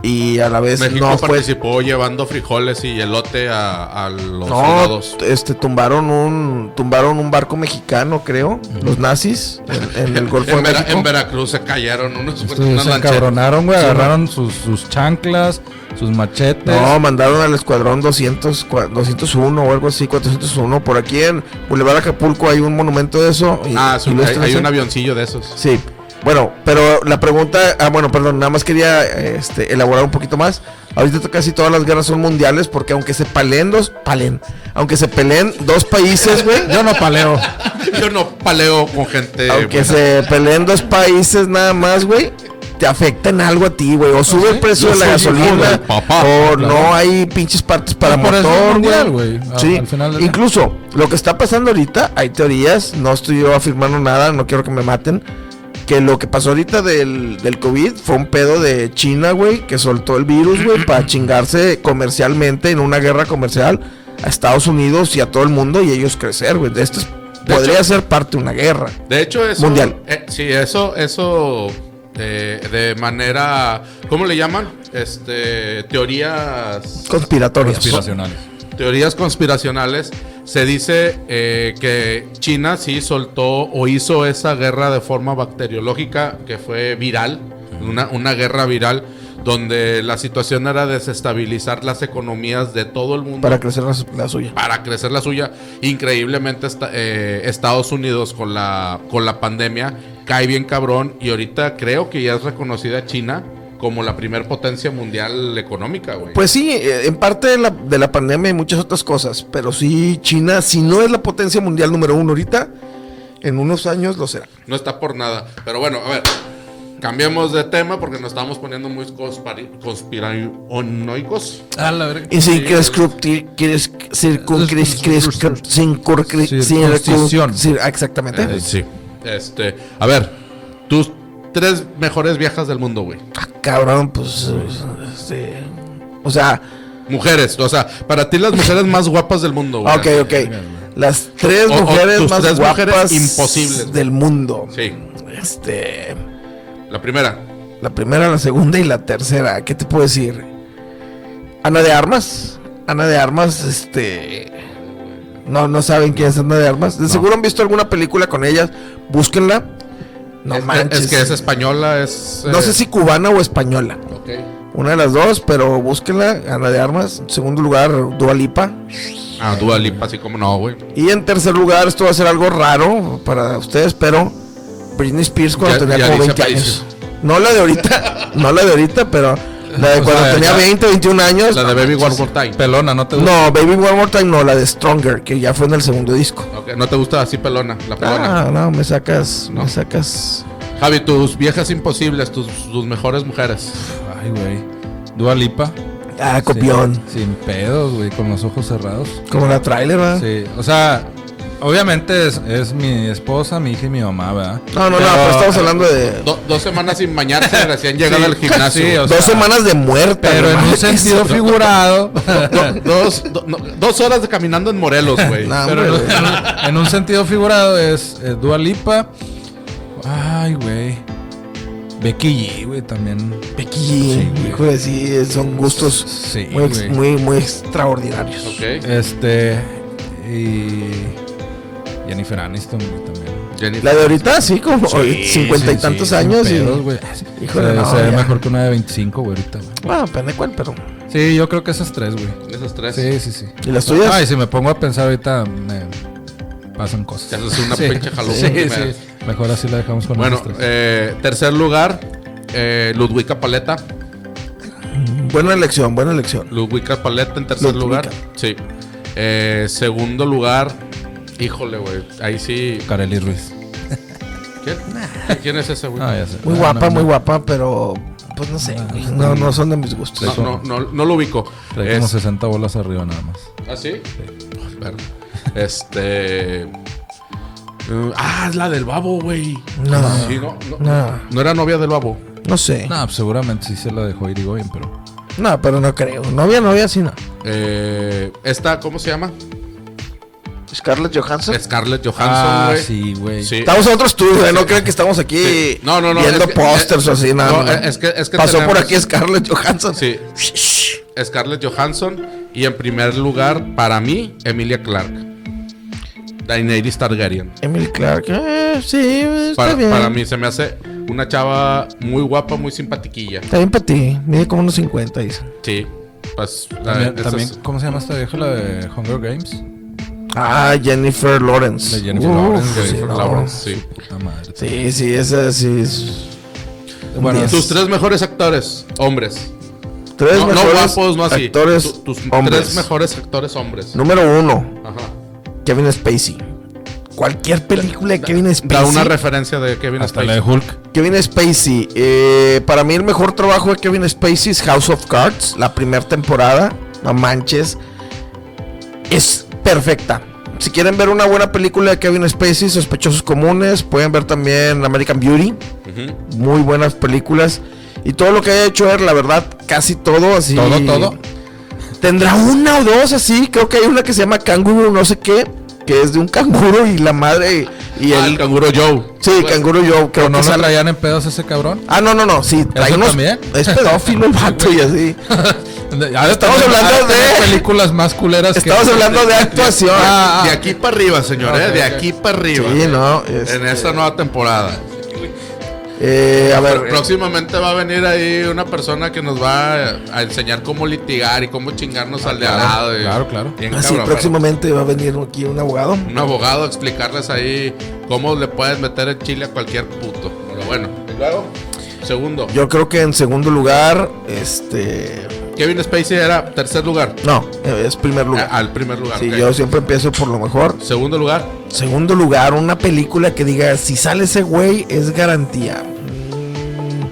Speaker 2: y a la vez
Speaker 1: México
Speaker 2: no pues. fue...
Speaker 1: participó llevando frijoles y elote a, a los
Speaker 2: No,
Speaker 1: soldados.
Speaker 2: este, tumbaron un tumbaron un barco mexicano, creo, los nazis, en, en el Golfo
Speaker 1: En,
Speaker 2: de
Speaker 1: Vera-
Speaker 2: México.
Speaker 1: en Veracruz se cayeron unos
Speaker 3: Estos se
Speaker 1: lancheras.
Speaker 3: encabronaron, güey.
Speaker 2: Sí,
Speaker 3: Agarraron sus, sus chanclas, sus machetes.
Speaker 2: No, mandaron al escuadrón 200, cua- 201 o algo así, 401. Por aquí en Boulevard Acapulco hay un monumento de eso. y-
Speaker 1: Ah, sí,
Speaker 2: y lo
Speaker 1: hay,
Speaker 2: están
Speaker 1: hay un
Speaker 2: haciendo.
Speaker 1: avioncillo de esos. (laughs)
Speaker 2: Sí. Bueno, pero la pregunta, ah, bueno, perdón, nada más quería este, elaborar un poquito más. Ahorita to- casi todas las guerras son mundiales porque aunque se peleen dos, palen, aunque se peleen dos países, güey,
Speaker 3: Yo no (laughs) paleo.
Speaker 1: Yo no paleo con gente.
Speaker 3: Este,
Speaker 2: aunque
Speaker 1: buena.
Speaker 2: se peleen dos países nada más, güey, te afecta en algo a ti, güey. O
Speaker 3: Ah,
Speaker 2: sube el precio
Speaker 1: Yo
Speaker 2: de la
Speaker 1: soy hijo
Speaker 2: gasolina.
Speaker 1: del papá,
Speaker 2: o
Speaker 3: claro.
Speaker 2: no hay pinches partes para
Speaker 3: por eso es
Speaker 2: motor,
Speaker 3: mundial,
Speaker 2: güey.
Speaker 3: güey, a-
Speaker 2: Sí.
Speaker 3: al final del día.
Speaker 2: Incluso lo que está pasando ahorita, hay teorías. No estoy yo afirmando nada. No quiero que me maten. Que lo que pasó ahorita del, del COVID fue un pedo de China, güey, que soltó el virus, güey,
Speaker 3: (clears throat)
Speaker 2: para chingarse comercialmente en una guerra comercial a Estados Unidos y a todo el mundo y ellos crecer, güey. De Esto es-
Speaker 1: De
Speaker 2: podría
Speaker 1: hecho-
Speaker 2: ser parte de una guerra.
Speaker 1: De hecho, eso.
Speaker 2: Mundial.
Speaker 1: eh, sí, eso, eso. eh, de manera. ¿Cómo le llaman? Este. Teorías.
Speaker 2: Conspiratorias.
Speaker 3: Inspiracionales.
Speaker 1: teorías conspiracionales, se dice eh, que China sí soltó o hizo esa guerra de forma bacteriológica que fue viral, una, una guerra viral donde la situación era desestabilizar las economías de todo el mundo
Speaker 2: Para crecer la, la suya.
Speaker 1: para crecer la suya. Increíblemente esta- eh, Estados Unidos con la, con la pandemia cae bien cabrón y ahorita creo que ya es reconocida China como la primer potencia mundial económica, güey.
Speaker 2: Pues sí, eh, en parte de la, de la pandemia y muchas otras cosas, pero sí, China, si no es la potencia mundial número uno ahorita, en unos años lo será.
Speaker 1: No está por nada. Pero bueno, a ver. Cambiemos de tema porque nos estamos poniendo muy conspari- conspiranoicos.
Speaker 3: A la verga.
Speaker 2: Y sin
Speaker 1: Sí,
Speaker 2: cres-
Speaker 1: es-
Speaker 2: crupti- cres- circun- cres-
Speaker 3: Es-
Speaker 2: cres- cr- sin cor- cre-
Speaker 3: Circuncisión.
Speaker 2: circun- cir- ah, Exactamente.
Speaker 1: Eh, sí. Este, a ver, tus tres mejores viejas del mundo, güey.
Speaker 2: Ah, Cabrón, pues. este, O sea,
Speaker 1: Mujeres, o sea, para ti las mujeres más guapas del mundo, güey.
Speaker 2: ok, ok. Las tres
Speaker 1: O- o
Speaker 2: mujeres
Speaker 1: tus
Speaker 2: más
Speaker 1: tres
Speaker 2: guapas
Speaker 1: mujeres imposibles.
Speaker 2: del mundo.
Speaker 1: Sí,
Speaker 2: Este.
Speaker 1: la primera.
Speaker 2: La primera, la segunda y la tercera. ¿Qué te puedo decir? Ana de Armas. Ana de Armas, este. No, no saben quién es Ana de Armas. De seguro han visto alguna película con ellas. Búsquenla. No
Speaker 1: es,
Speaker 2: manches.
Speaker 1: Es que es española, es.
Speaker 2: No
Speaker 1: eh,
Speaker 2: sé si cubana o española.
Speaker 1: ok.
Speaker 2: Una de las dos, pero búsquenla. Ana de Armas. En segundo lugar, Dualipa.
Speaker 1: Ah, Dua Lipa, así como no, güey.
Speaker 2: Y en tercer lugar, esto va a ser algo raro para ustedes, pero Britney Spears cuando
Speaker 1: Ya-
Speaker 2: tenía
Speaker 1: ya
Speaker 2: como
Speaker 1: dice
Speaker 2: 20
Speaker 1: países.
Speaker 2: años. No la de ahorita, (laughs) no la de ahorita, pero la de
Speaker 3: O
Speaker 2: cuando
Speaker 3: sea,
Speaker 2: tenía
Speaker 3: ya-
Speaker 2: 20, 21 años.
Speaker 1: La de Baby One More Time.
Speaker 3: Pelona, ¿no te gusta?
Speaker 2: No, Baby One More Time, no, la de Stronger, que ya fue en el segundo disco.
Speaker 1: Ok, No te gusta así pelona, la pelona.
Speaker 2: Ah, no, me sacas,
Speaker 1: No.
Speaker 2: me sacas.
Speaker 1: Javi, tus viejas imposibles, tus, tus mejores mujeres.
Speaker 3: Ay, güey. Dua Lipa.
Speaker 2: Ah, copión.
Speaker 3: Sin, sin pedos, güey, con los ojos cerrados.
Speaker 2: Como la trailer, ¿verdad?
Speaker 3: Sí, o sea, obviamente es, es mi esposa, mi hija y mi mamá, ¿verdad?
Speaker 2: No, no, no, pero estamos hablando de
Speaker 1: Do- dos semanas sin
Speaker 3: (laughs)
Speaker 1: bañarse, recién llegada
Speaker 3: Sí,
Speaker 1: al gimnasio.
Speaker 3: sí, o
Speaker 2: dos
Speaker 3: sea,
Speaker 2: semanas de muerte.
Speaker 3: Pero
Speaker 2: no
Speaker 3: en un
Speaker 2: mames. (laughs)
Speaker 3: sentido figurado.
Speaker 1: Do- dos, do- no, dos horas de caminando en Morelos, güey.
Speaker 2: No,
Speaker 3: pero en,
Speaker 2: hombre,
Speaker 3: un- en un sentido figurado es, eh, Dua Lipa. Ay, güey. Becky G, güey, también.
Speaker 2: Becky, G,
Speaker 3: güey.
Speaker 2: hijo de sí, son gustos
Speaker 3: Sí,
Speaker 2: muy, ex-
Speaker 3: güey.
Speaker 2: muy, muy extraordinarios.
Speaker 1: Ok.
Speaker 3: Este. Y. Jennifer Aniston, güey, también.
Speaker 1: Jennifer.
Speaker 2: La de ahorita, sí, como
Speaker 1: Sí,
Speaker 2: cincuenta y
Speaker 3: Sí,
Speaker 2: tantos
Speaker 3: sí,
Speaker 2: años.
Speaker 3: sin pedos,
Speaker 2: y,
Speaker 3: güey.
Speaker 2: Híjole,
Speaker 3: se,
Speaker 2: no,
Speaker 3: se ve
Speaker 2: ya.
Speaker 3: mejor que una de 25, güey, ahorita, güey.
Speaker 2: Bueno, depende cuál, Ah, pero.
Speaker 3: Sí, yo creo que esas tres, güey.
Speaker 1: Esas tres.
Speaker 3: Sí, sí, sí.
Speaker 2: ¿Y las tuyas?
Speaker 3: Ay, si me pongo a pensar ahorita, me pasan cosas.
Speaker 1: Te haces una pinche jalón.
Speaker 3: Sí, sí. Mejor así la dejamos con
Speaker 1: Bueno,
Speaker 3: esas tres.
Speaker 1: eh, tercer lugar, eh, Ludwika Paleta.
Speaker 2: Buena elección, buena elección.
Speaker 1: Ludwika Paleta en tercer
Speaker 2: Ludwika.
Speaker 1: lugar. Sí. Eh, segundo lugar, híjole, güey. Ahí sí.
Speaker 3: Kareli Ruiz.
Speaker 1: ¿Quién, ¿Quién es ese, güey?
Speaker 3: Ah, ya sé.
Speaker 2: Muy
Speaker 3: Ah,
Speaker 2: guapa,
Speaker 3: no,
Speaker 2: muy
Speaker 3: no.
Speaker 2: guapa, pero. Pues no sé. güey, No, no son de mis
Speaker 1: No,
Speaker 2: gustos.
Speaker 1: no, no, no lo ubico.
Speaker 3: Trae como
Speaker 1: Es-
Speaker 3: 60 bolas arriba nada más.
Speaker 1: ¿Ah, sí? Oh, perro. Este. eh, ah, es la del babo, güey. Ah,
Speaker 2: No.
Speaker 1: Sí, no, no,
Speaker 2: No.
Speaker 1: no era novia del babo.
Speaker 2: No sé.
Speaker 3: No, pues seguramente sí se la dejó Irigoyen, pero.
Speaker 2: No, pero no creo. Novia, novia, sí, no.
Speaker 1: Eh, esta, ¿cómo se llama?
Speaker 2: Scarlett Johansson.
Speaker 1: Scarlett Johansson,
Speaker 3: Ah,
Speaker 1: güey.
Speaker 3: sí, güey.
Speaker 1: Sí.
Speaker 2: Estamos en otros tours, güey, No crean que estamos aquí
Speaker 1: Sí. No, no, no,
Speaker 2: viendo
Speaker 1: es que- eh,
Speaker 2: pósters o así, nada.
Speaker 1: no,
Speaker 2: más.
Speaker 1: es que- es que
Speaker 2: Pasó por
Speaker 1: tenemos-
Speaker 2: aquí Scarlett Johansson.
Speaker 1: Sí, Scarlett Johansson. Y en primer lugar, para mí, Emilia Clark. Daenerys Targaryen.
Speaker 2: Emily Clark. eh, sí, está
Speaker 1: Para,
Speaker 2: bien.
Speaker 1: para mí se me hace una chava muy guapa, muy simpatiquilla.
Speaker 2: Está bien para ti. Mide como unos 50, dice.
Speaker 1: Sí. Pues, la-
Speaker 3: También,
Speaker 1: esas-
Speaker 3: también, ¿cómo se llama esta vieja? La de Hunger Games.
Speaker 2: Ah, Jennifer Lawrence.
Speaker 3: De Jennifer
Speaker 2: Uf,
Speaker 3: Lawrence, güey.
Speaker 1: Jennifer
Speaker 2: sí, no.
Speaker 1: Lawrence, sí.
Speaker 3: Puta madre.
Speaker 2: Sí, sí, esa sí es. un
Speaker 3: Bueno,
Speaker 2: diez.
Speaker 1: Tus tres mejores actores, hombres.
Speaker 2: Tres
Speaker 1: no, no
Speaker 2: mejores
Speaker 1: guapos, no así.
Speaker 2: actores
Speaker 1: Tu- tus
Speaker 2: hombres.
Speaker 1: tres mejores actores hombres.
Speaker 2: Número uno,
Speaker 1: Ajá.
Speaker 2: Kevin Spacey. cualquier película de Kevin Spacey.
Speaker 1: Da una referencia de Kevin
Speaker 3: Hasta la
Speaker 1: Spacey.
Speaker 3: de Hulk.
Speaker 2: Kevin Spacey. eh, para mí el mejor trabajo de Kevin Spacey es House of Cards, la primera temporada. No manches. Es perfecta. Si quieren ver una buena película de Kevin Spacey, Sospechosos Comunes, pueden ver también American Beauty. Muy buenas películas. Y todo lo que haya hecho él, la verdad, casi todo así.
Speaker 3: Todo, todo.
Speaker 2: Tendrá una o dos así. Creo que hay una que se llama Canguro, no sé qué. Que es de un canguro y la madre. Y
Speaker 1: Ah,
Speaker 2: el,
Speaker 1: el canguro Joe. Pues,
Speaker 2: sí, Canguro yo creo
Speaker 3: Pero no
Speaker 2: que
Speaker 3: lo
Speaker 2: sale-
Speaker 3: traían en pedos ese cabrón.
Speaker 1: (laughs)
Speaker 2: Ah, no, no, no, sí, trae unos-
Speaker 3: también?
Speaker 2: es pedófilo el vato y así.
Speaker 3: Ah, Estamos
Speaker 2: hablando de-
Speaker 3: películas más culeras que-
Speaker 2: Estamos hablando de actuación.
Speaker 3: Ah,
Speaker 1: de
Speaker 3: ah.
Speaker 1: aquí para arriba, señor,
Speaker 3: Ok,
Speaker 1: eh, de
Speaker 3: ok.
Speaker 1: aquí para arriba.
Speaker 2: Sí, no,
Speaker 1: En
Speaker 2: este,
Speaker 1: esta nueva temporada.
Speaker 2: eh, a
Speaker 1: Pero
Speaker 2: ver,
Speaker 1: próximamente va a venir ahí una persona que nos va a enseñar cómo litigar y cómo chingarnos
Speaker 2: Ah,
Speaker 1: al de al
Speaker 3: claro,
Speaker 1: lado. y-
Speaker 3: claro, claro.
Speaker 1: bien
Speaker 2: así
Speaker 1: cabrón,
Speaker 2: próximamente va a venir aquí un abogado.
Speaker 1: pero Un abogado a explicarles ahí cómo le puedes meter el chile a cualquier puto. Pero bueno, y luego, segundo,
Speaker 2: Yo creo que en segundo lugar, este,
Speaker 1: Kevin Spacey era tercer lugar.
Speaker 2: no, eh, es primer
Speaker 1: Ah,
Speaker 2: lugar.
Speaker 1: Al primer lugar.
Speaker 2: Sí,
Speaker 1: ok.
Speaker 2: yo siempre empiezo por lo mejor.
Speaker 1: Segundo lugar,
Speaker 2: Segundo lugar, una película que diga si sale ese güey es garantía. Mm,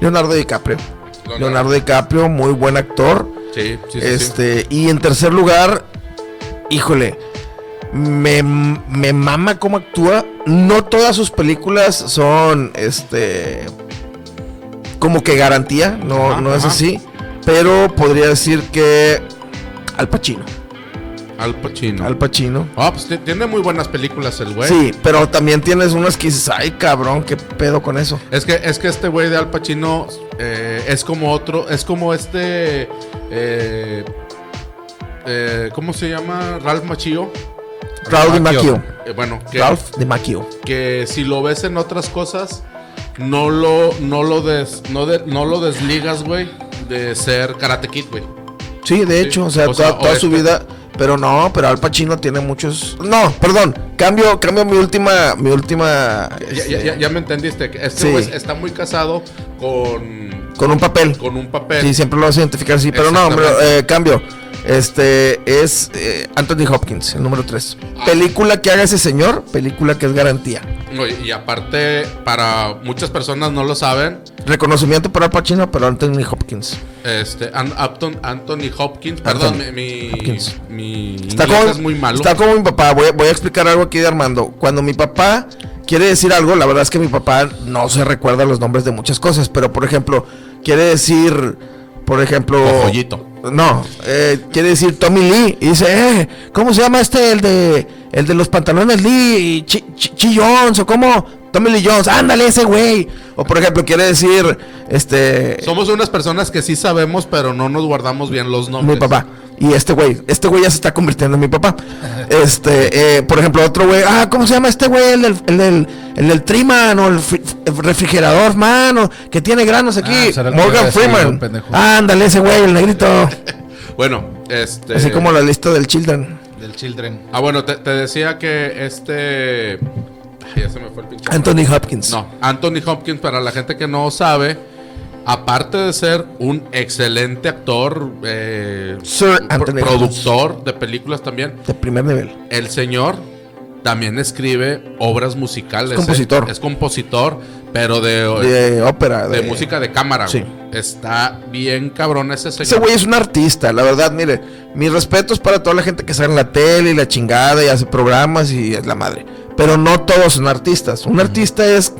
Speaker 2: Leonardo DiCaprio.
Speaker 1: Leonardo.
Speaker 2: Leonardo DiCaprio, muy buen actor.
Speaker 1: sí, sí, sí, sí.
Speaker 2: este, y en tercer lugar, híjole, me, me mama cómo actúa. No todas sus películas son este como que garantía, no,
Speaker 1: Ajá,
Speaker 2: no es
Speaker 1: ajá.
Speaker 2: así. Pero podría decir que Al Pacino.
Speaker 1: Al Pacino.
Speaker 2: Al Pacino.
Speaker 1: Ah, pues t- tiene muy buenas películas el güey.
Speaker 2: Sí, pero también tienes unas que dices, ay cabrón, qué pedo con eso.
Speaker 1: Es que, es que este güey de Al Pacino eh, es como otro, es como este, eh, eh, ¿cómo se llama? Ralph Macchio.
Speaker 2: Raúl de
Speaker 3: Macchio.
Speaker 2: Macchio.
Speaker 1: Eh, bueno, que,
Speaker 2: Ralph de Macchio.
Speaker 1: que si lo ves en otras cosas, no lo, no lo, des, no de- no lo desligas, güey, de ser Karate Kid, güey.
Speaker 2: Sí, de hecho, o sea,
Speaker 1: o
Speaker 2: toda,
Speaker 1: sea, o
Speaker 2: toda su
Speaker 1: este.
Speaker 2: vida. Pero no, pero Al Pacino tiene muchos. No, perdón. Cambio, cambio mi última, mi última.
Speaker 1: Ya,
Speaker 2: este,
Speaker 1: ya- ya- ya me entendiste. que Este
Speaker 2: Sí.
Speaker 1: güey está muy casado con,
Speaker 2: Con un papel.
Speaker 1: con un papel.
Speaker 2: Sí, siempre lo vas a identificar así. Pero no, hombre,
Speaker 1: Exactamente.
Speaker 2: eh, cambio. Este es eh, Anthony Hopkins, el número 3.
Speaker 1: Ah.
Speaker 2: Película que haga ese señor, película que es garantía.
Speaker 1: Oye, Y aparte, para muchas personas no lo saben,
Speaker 2: Reconocimiento para Al Pacino, pero Anthony Hopkins.
Speaker 1: Este, An- Upton- Anthony Hopkins, perdón,
Speaker 2: Anthony
Speaker 1: mi,
Speaker 2: Hopkins.
Speaker 1: mi
Speaker 2: Está
Speaker 1: inglés
Speaker 2: como,
Speaker 1: es muy malo.
Speaker 2: está como mi papá. Voy a, voy a explicar algo aquí de Armando. Cuando mi papá quiere decir algo, la verdad es que mi papá no se recuerda los nombres de muchas cosas. Pero, por ejemplo, quiere decir, por ejemplo.
Speaker 1: Cojollito.
Speaker 2: No, eh, quiere decir Tommy Lee. Y dice, eh, ¿cómo se llama este? El de, el de los pantalones Lee. y Chi, Chi- Chi Jones, o cómo. Tommy Lee Jones, ándale ese güey. O, por ejemplo, quiere decir, este.
Speaker 1: Somos unas personas que sí sabemos, pero no nos guardamos bien los nombres.
Speaker 2: mi papá. Y este güey, este güey ya se está convirtiendo en mi papá. Este, eh, por ejemplo, otro güey, ah, ¿cómo se llama este güey? El del, el del, el del Triman o el, fri- el refrigerador, mano, que tiene granos aquí.
Speaker 1: pues,
Speaker 3: Ah, será el
Speaker 2: Morgan
Speaker 3: que decidió,
Speaker 2: Freeman.
Speaker 3: pendejo.
Speaker 2: Ándale, ese güey,
Speaker 1: (laughs)
Speaker 2: el negrito.
Speaker 1: Bueno, este.
Speaker 2: Así como la lista del Children.
Speaker 3: Del Children.
Speaker 1: Ah, bueno, te, te decía que este. Ay, ya se me fue el pinche.
Speaker 2: Anthony Hopkins.
Speaker 1: No, Anthony Hopkins, para la gente que no sabe, aparte de ser un excelente actor, eh,
Speaker 2: Sir
Speaker 1: pro-
Speaker 2: Anthony Hopkins.
Speaker 1: productor de películas también,
Speaker 2: De primer nivel.
Speaker 1: El señor también escribe obras musicales.
Speaker 2: Es compositor.
Speaker 1: ¿eh? Es compositor, pero de,
Speaker 2: De ópera.
Speaker 1: de música de cámara.
Speaker 2: Sí.
Speaker 1: güey. Está bien cabrón ese señor.
Speaker 2: Ese güey es un artista, la verdad, mire. Mis respetos para toda la gente que sale en la tele y la chingada y hace programas y es la madre. Pero no todos son artistas. Un artista es.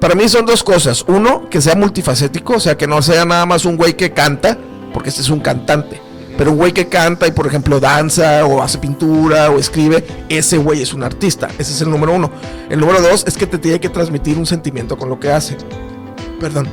Speaker 2: Para mí son dos cosas. Uno, que sea multifacético, o sea, que no sea nada más un güey que canta, porque este es un cantante. Pero un güey que canta y, por ejemplo, danza o hace pintura o escribe, ese güey es un artista. Ese es el número uno. El número dos es que te tiene que transmitir un sentimiento con lo que hace. Perdón.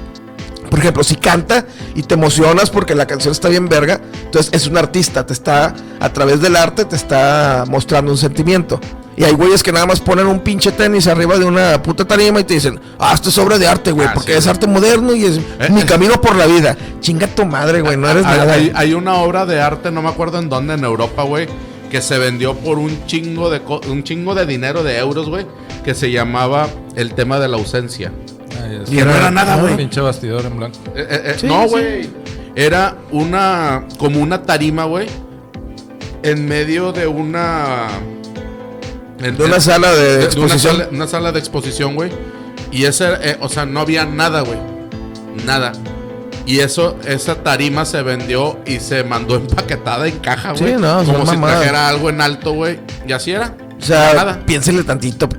Speaker 2: Por ejemplo, si canta y te emocionas porque la canción está bien verga, entonces es un artista, te está, a través del arte, te está mostrando un sentimiento. Y hay güeyes que nada más ponen un pinche tenis arriba de una puta tarima y te dicen, ah, esto es obra de arte, güey,
Speaker 1: Ah,
Speaker 2: porque
Speaker 1: sí,
Speaker 2: es
Speaker 1: güey.
Speaker 2: arte moderno y es mi
Speaker 1: eh. Ah,
Speaker 2: camino por la vida. Chinga tu madre, güey, no eres
Speaker 1: hay,
Speaker 2: nada.
Speaker 1: hay- hay una obra de arte, no me acuerdo en dónde, en Europa, güey, que se vendió por un chingo de, co- un chingo de dinero, de euros, güey, que se llamaba El tema de la ausencia.
Speaker 2: Y no era nada, güey.
Speaker 3: Ah, Pinche bastidor en blanco.
Speaker 1: Eh, eh, eh,
Speaker 2: Sí,
Speaker 1: no,
Speaker 2: sí.
Speaker 1: güey. Era una. como una tarima, güey. En medio de una. En-
Speaker 2: De una
Speaker 1: en-
Speaker 2: sala de
Speaker 1: eh, de- de
Speaker 2: exposición.
Speaker 1: Una sala, una sala de exposición, güey. Y esa, eh, o sea, no había nada, güey. Nada. Y eso, esa tarima se vendió y se mandó (laughs) empaquetada en caja,
Speaker 2: Sí,
Speaker 1: güey.
Speaker 2: no, son
Speaker 1: como si
Speaker 2: mamadas.
Speaker 1: trajera algo en alto, güey. Y así era.
Speaker 2: O sea,
Speaker 1: nada.
Speaker 2: piénsenle tantito,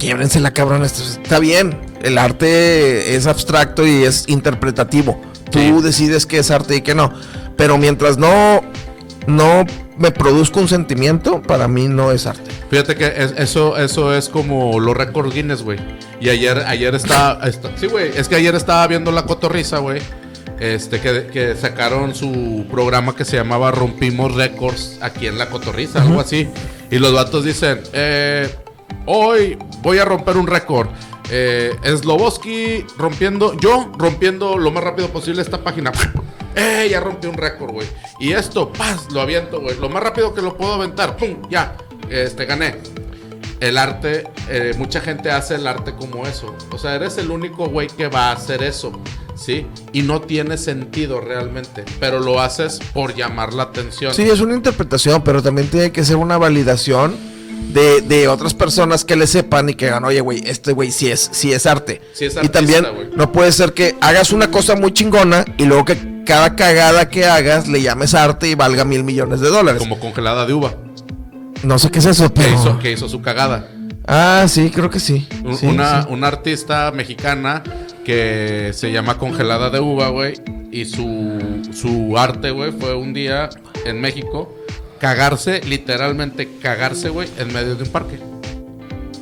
Speaker 2: la cabrón. Esto está bien. El arte es abstracto y es interpretativo. Tú
Speaker 1: Sí.
Speaker 2: decides qué es arte y qué no. Pero mientras no, no me produzco un sentimiento, para mí no es arte.
Speaker 1: Fíjate que es- eso, eso es como los récords Guinness, güey. Y ayer, ayer estaba. esta- sí, güey. Es que ayer estaba viendo la cotorriza, güey. Este, que, que sacaron su programa que se llamaba Rompimos Récords aquí en la cotorriza, algo así. Y los vatos dicen, eh, hoy voy a romper un récord. Eh, Sloboski rompiendo, yo rompiendo lo más rápido posible esta página. (laughs) ¡Eh! Ya rompí un récord, güey. Y esto, ¡paz! Lo aviento, güey. Lo más rápido que lo puedo aventar. ¡Pum! Ya. Este, gané. El arte, eh, mucha gente hace el arte como eso. O sea, eres el único güey que va a hacer eso. ¿Sí? Y no tiene sentido realmente. Pero lo haces por llamar la atención.
Speaker 2: Sí, es una interpretación, pero también tiene que ser una validación de, de otras personas que le sepan y que digan, oye, güey, este güey sí es, sí es arte.
Speaker 1: Sí es
Speaker 2: y
Speaker 1: artista,
Speaker 2: también
Speaker 1: güey.
Speaker 2: no puede ser que hagas una cosa muy chingona y luego que cada cagada que hagas le llames arte y valga mil millones de dólares.
Speaker 1: Como congelada de uva.
Speaker 2: No sé qué es eso,
Speaker 1: Que,
Speaker 2: pero...
Speaker 1: hizo, que hizo su cagada.
Speaker 2: Ah, sí, creo que sí.
Speaker 1: Un-
Speaker 2: Sí,
Speaker 1: una,
Speaker 2: sí.
Speaker 1: una artista mexicana que se llama Congelada de Uva, güey. Y su, su arte, güey, fue un día en México cagarse, literalmente cagarse, güey, en medio de un parque.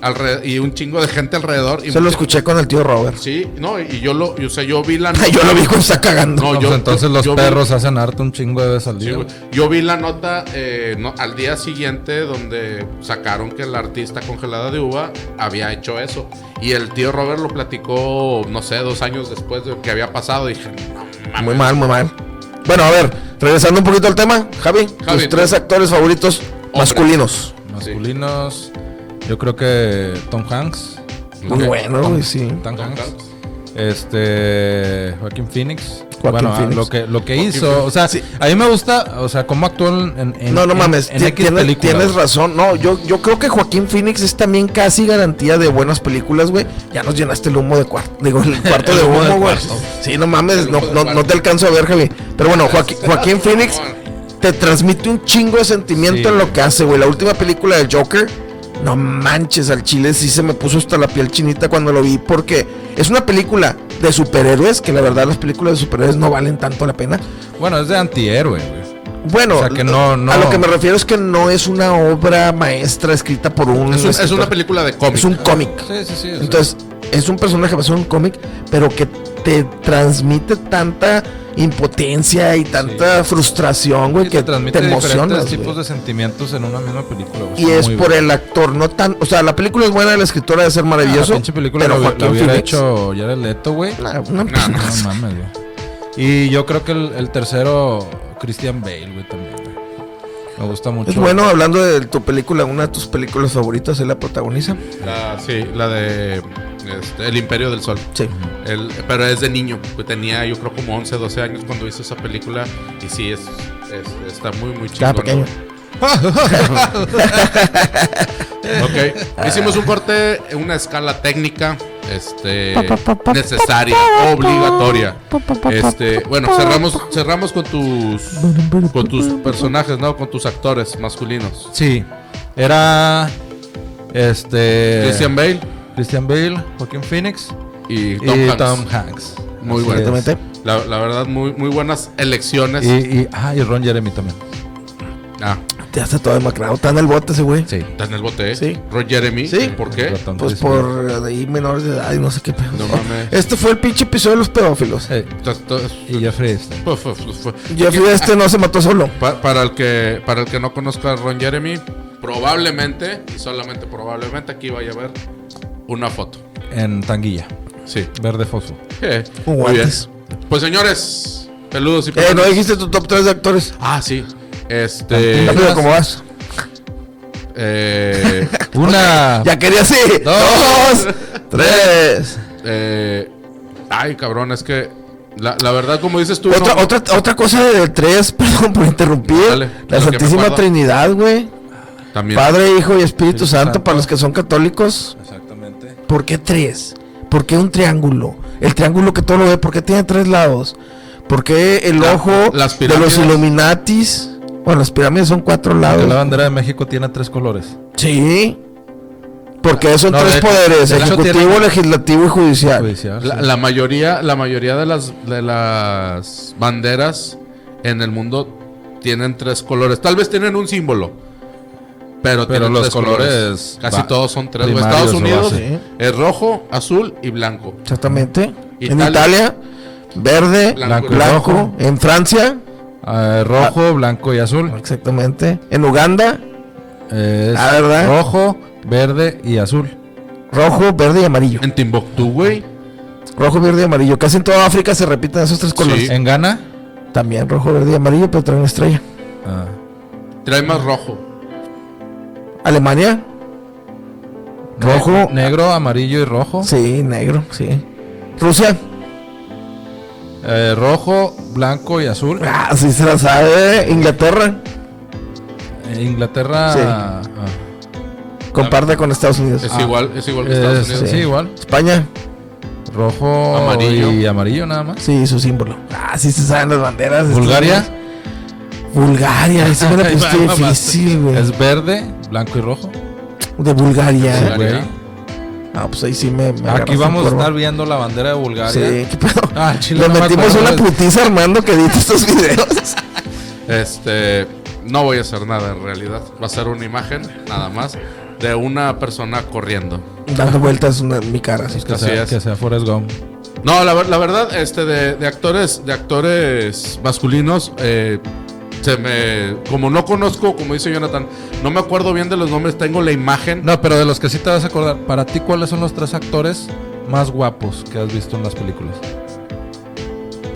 Speaker 1: Alre- y un chingo de gente alrededor. Y
Speaker 2: Se lo
Speaker 1: mucha-
Speaker 2: escuché con el tío Robert. (laughs)
Speaker 1: Sí, no, y yo lo, y, o sea, yo vi la
Speaker 2: Yo lo vi cuando está cagando.
Speaker 1: No,
Speaker 3: No,
Speaker 1: yo-
Speaker 3: pues entonces
Speaker 1: yo-
Speaker 3: los
Speaker 1: yo vi-
Speaker 3: perros hacen harto un chingo de veces al
Speaker 1: Sí,
Speaker 3: día.
Speaker 1: güey. Yo vi la nota eh, no- al día siguiente donde sacaron que la artista congelada de uva había hecho eso. Y el tío Robert lo platicó, no sé, dos años después de que había pasado. Dije, no pues, mames.
Speaker 2: Muy mal, muy mal. Bueno, a ver, regresando un poquito al tema, Javi,
Speaker 1: Javi,
Speaker 2: tus tres
Speaker 1: tú-
Speaker 2: actores favoritos masculinos.
Speaker 3: Masculinos, yo creo que Tom Hanks.
Speaker 2: Muy
Speaker 1: Ok.
Speaker 2: bueno, güey, sí.
Speaker 3: Tom
Speaker 1: Tom
Speaker 3: Hanks.
Speaker 1: Hanks.
Speaker 3: Este. Joaquín Phoenix.
Speaker 2: Joaquín
Speaker 3: bueno, ah,
Speaker 2: Phoenix.
Speaker 3: lo que, lo que
Speaker 1: Joaquín
Speaker 3: hizo.
Speaker 1: Phoenix.
Speaker 3: O sea,
Speaker 2: Sí.
Speaker 3: a mí me gusta, o sea, cómo actuó en. en-
Speaker 2: No, no
Speaker 3: en-
Speaker 2: mames,
Speaker 3: en
Speaker 2: ti-
Speaker 3: X
Speaker 2: tienes,
Speaker 3: película,
Speaker 2: tienes
Speaker 3: güey.
Speaker 2: razón. No, yo, yo creo que Joaquín Phoenix es también casi garantía de buenas películas, güey. Ya nos llenaste el humo de cuarto, digo,
Speaker 3: (laughs)
Speaker 2: el cuarto
Speaker 3: El
Speaker 2: de
Speaker 3: humo
Speaker 2: humo,
Speaker 3: de
Speaker 2: güey.
Speaker 3: cuarto.
Speaker 2: Sí, no mames,
Speaker 1: El
Speaker 2: no,
Speaker 1: humo de
Speaker 2: no,
Speaker 1: cuarto.
Speaker 2: no te alcanzo a ver, Javi. Pero bueno,
Speaker 3: (laughs)
Speaker 2: Joaqui- Joaquín Phoenix te transmite un chingo de sentimiento
Speaker 3: Sí.
Speaker 2: en lo que hace, güey. La última película del Joker, no manches, al chile sí se me puso hasta la piel chinita cuando lo vi, porque es una película de superhéroes, que la verdad las películas de superhéroes no valen tanto la pena.
Speaker 3: Bueno, es de antihéroe, güey.
Speaker 2: Bueno,
Speaker 3: O sea, que no- no-
Speaker 2: a lo que me refiero es que no es una obra maestra escrita por un.
Speaker 1: Es, un- es
Speaker 2: escritor.
Speaker 1: una película de cómic.
Speaker 2: Es un cómic.
Speaker 3: Sí, sí, sí. o sea,
Speaker 2: Entonces, es un personaje basado en un cómic, pero que te transmite tanta impotencia y tanta frustración, güey,
Speaker 3: sí, te
Speaker 2: que
Speaker 3: transmite
Speaker 2: te
Speaker 3: diferentes
Speaker 2: emocionas.
Speaker 3: tipos
Speaker 2: güey.
Speaker 3: de sentimientos en una misma película. güey.
Speaker 2: Y
Speaker 3: Está
Speaker 2: es
Speaker 3: muy
Speaker 2: por
Speaker 3: bueno.
Speaker 2: el actor, no tan. O sea, la película es buena, la escritora debe ser
Speaker 3: Ah,
Speaker 2: maravilloso.
Speaker 3: La pinche película
Speaker 2: pero
Speaker 3: lo, lo
Speaker 2: Joaquín
Speaker 3: hubiera
Speaker 2: Phoenix,
Speaker 3: hecho Jared Leto, güey.
Speaker 2: nah, una-
Speaker 1: Nah,
Speaker 3: No mames, güey. Y yo creo que el, el tercero, Christian Bale, güey, también, güey. Me gusta mucho.
Speaker 2: Es bueno, hablando de tu película, una de tus películas favoritas, él la protagoniza.
Speaker 1: La, sí, la de este, El Imperio del Sol.
Speaker 2: Sí.
Speaker 1: El- pero es de niño. que Tenía yo creo como 11, 12 años cuando hizo esa película. Y sí, es, es- está muy, muy
Speaker 2: Estaba
Speaker 1: chingona,
Speaker 2: pequeño.
Speaker 1: güey. Ok, hicimos un corte, una escala técnica, este, necesaria, obligatoria. Este, bueno, cerramos, cerramos con tus, con tus personajes, ¿no? Con tus actores masculinos.
Speaker 3: (laughs) Sí. Era.
Speaker 2: Eh,
Speaker 3: Este.
Speaker 1: Christian Bale
Speaker 3: Christian Bale, Joaquín Phoenix
Speaker 1: y
Speaker 3: y
Speaker 1: Tom Hanks.
Speaker 3: Tom Hanks.
Speaker 1: Muy
Speaker 3: Así
Speaker 1: bueno.
Speaker 3: es.
Speaker 2: Exactamente.
Speaker 1: La, la verdad, muy, muy buenas elecciones.
Speaker 3: Y, y, ah, y Ron Jeremy también.
Speaker 1: Ah,
Speaker 2: Te hace todo demacrado. Está en el bote ese güey.
Speaker 3: Sí.
Speaker 1: está en el bote, ¿eh?
Speaker 2: Sí.
Speaker 1: Roy Jeremy.
Speaker 2: Sí.
Speaker 1: ¿Por qué?
Speaker 3: Ratón
Speaker 2: Pues
Speaker 3: Crispin.
Speaker 2: por eh, ahí menores de edad y no sé qué pedo.
Speaker 1: No mames.
Speaker 2: (laughs)
Speaker 1: Eh,
Speaker 2: Este fue el pinche episodio de los pedófilos.
Speaker 3: Sí.
Speaker 1: Entonces,
Speaker 3: Y Jeffrey Epstein.
Speaker 1: fue- fue- fue-
Speaker 2: Jeffrey este no se mató solo.
Speaker 1: Pa- para, el que, para el que no conozca a Ron Jeremy, probablemente, y solamente probablemente, aquí vaya a ver una foto.
Speaker 3: En Tanguilla.
Speaker 1: Sí.
Speaker 3: Verde fósforo.
Speaker 1: Eh,
Speaker 2: Con
Speaker 1: muy bien.
Speaker 2: guantes.
Speaker 1: Pues señores, peludos y
Speaker 2: Eh,
Speaker 1: peludos.
Speaker 2: no dijiste tu top 3 de actores.
Speaker 1: Ah, sí.
Speaker 2: (laughs)
Speaker 1: Este.
Speaker 2: Rápido, ¿cómo vas?
Speaker 1: eh,
Speaker 3: Una.
Speaker 2: Ya quería así.
Speaker 1: (laughs)
Speaker 3: Dos.
Speaker 2: Dos, tres.
Speaker 1: eh, ay, cabrón, es que. La, la verdad, como dices tú.
Speaker 2: Otra,
Speaker 1: no-
Speaker 2: otra, otra cosa de tres, (laughs) perdón por interrumpir.
Speaker 1: Dale,
Speaker 2: la
Speaker 1: lo que me
Speaker 2: Santísima
Speaker 1: acuerdo.
Speaker 2: Trinidad, güey.
Speaker 1: También.
Speaker 2: Padre, Hijo y Espíritu
Speaker 3: Espíritu
Speaker 2: Santo,
Speaker 3: Santo.
Speaker 2: para los que son católicos.
Speaker 3: Exactamente.
Speaker 2: ¿Por qué tres? ¿Por qué un triángulo? El triángulo que todo lo ve, ¿por qué tiene tres lados? ¿Por qué el
Speaker 1: La-
Speaker 2: ojo
Speaker 1: las
Speaker 2: de los
Speaker 1: pirámides.
Speaker 2: Illuminatis? Bueno, las pirámides son cuatro lados.
Speaker 3: La bandera de México tiene tres colores.
Speaker 2: Sí. Porque son
Speaker 3: No,
Speaker 2: tres
Speaker 3: de-
Speaker 2: poderes,
Speaker 3: de hecho
Speaker 2: ejecutivo,
Speaker 3: tiene-
Speaker 2: legislativo y judicial.
Speaker 3: Judicial,
Speaker 1: La,
Speaker 3: Ah, sí.
Speaker 1: la mayoría, la mayoría de las de las banderas en el mundo tienen tres colores. Tal vez tienen un símbolo. Pero,
Speaker 3: Pero
Speaker 1: tienen
Speaker 3: los
Speaker 1: tres
Speaker 3: colores
Speaker 1: Casi
Speaker 3: va-
Speaker 1: todos son tres. güey.
Speaker 3: primarios
Speaker 1: Estados
Speaker 3: o
Speaker 1: Unidos
Speaker 2: base.
Speaker 1: es rojo, azul y blanco.
Speaker 2: Exactamente. En
Speaker 1: Italia-
Speaker 2: Italia, verde,
Speaker 1: Blanco
Speaker 2: blanco,
Speaker 1: y
Speaker 3: rojo.
Speaker 2: En Francia,
Speaker 3: Ah, rojo, blanco y azul.
Speaker 2: exactamente. En Uganda,
Speaker 3: Es
Speaker 2: Ah, ¿verdad?
Speaker 3: rojo, verde y azul.
Speaker 2: rojo, verde y amarillo.
Speaker 1: En Timbuktu, güey.
Speaker 2: Rojo, verde y amarillo. Casi en toda África se repiten esos tres colores.
Speaker 1: Sí.
Speaker 3: ¿En Ghana?
Speaker 2: También rojo, verde y amarillo, pero traen una estrella.
Speaker 3: Ah,
Speaker 1: Trae más rojo.
Speaker 2: Alemania, Rojo.
Speaker 3: ne- negro, amarillo y rojo.
Speaker 2: sí, negro, sí. Rusia,
Speaker 3: Eh, rojo, blanco y azul.
Speaker 2: ah, sí se la sabe. Inglaterra,
Speaker 3: Eh, Inglaterra.
Speaker 2: Sí.
Speaker 3: ah,
Speaker 2: comparte con Estados Unidos.
Speaker 1: Es
Speaker 2: Ah.
Speaker 1: igual, es igual que
Speaker 3: es-
Speaker 1: Estados
Speaker 3: sí.
Speaker 1: Unidos.
Speaker 3: igual.
Speaker 2: España,
Speaker 3: Rojo
Speaker 1: Amarillo.
Speaker 3: y amarillo nada más.
Speaker 2: sí, su símbolo. Ah, sí se saben las banderas. de Estados
Speaker 3: Bulgaria
Speaker 2: Unidos. Bulgaria, eso me la
Speaker 3: (laughs) Ahí
Speaker 2: pusiste
Speaker 3: va, mamaste.
Speaker 2: difícil, güey.
Speaker 3: es verde, blanco y rojo.
Speaker 2: De Bulgaria.
Speaker 1: Sí,
Speaker 3: güey.
Speaker 1: Bulgaria.
Speaker 2: Ah, pues ahí sí me. me agarraste
Speaker 3: Aquí
Speaker 2: en
Speaker 3: vamos a
Speaker 2: curva.
Speaker 3: estar viendo la bandera de Bulgaria.
Speaker 2: Sí, qué pedo.
Speaker 3: Ah, al chile
Speaker 2: Le
Speaker 3: no me
Speaker 2: metimos
Speaker 3: acuerdo,
Speaker 2: una
Speaker 3: güey.
Speaker 2: putiza Armando que edita estos videos. (laughs)
Speaker 1: Este, no voy a hacer nada en realidad. Va a ser una imagen, nada más, de una persona corriendo.
Speaker 2: Dando vueltas una- en mi cara. así.
Speaker 3: Que,
Speaker 1: Así
Speaker 3: sea,
Speaker 1: es.
Speaker 3: que sea Forrest Gump.
Speaker 1: No, la, ver- la verdad, este, de, de actores, de actores masculinos, eh, se me, como no conozco, como dice Jonathan, no me acuerdo bien de los nombres. Tengo la imagen.
Speaker 3: No, pero de los que sí te vas a acordar, para ti, ¿cuáles son los tres actores más guapos que has visto en las películas?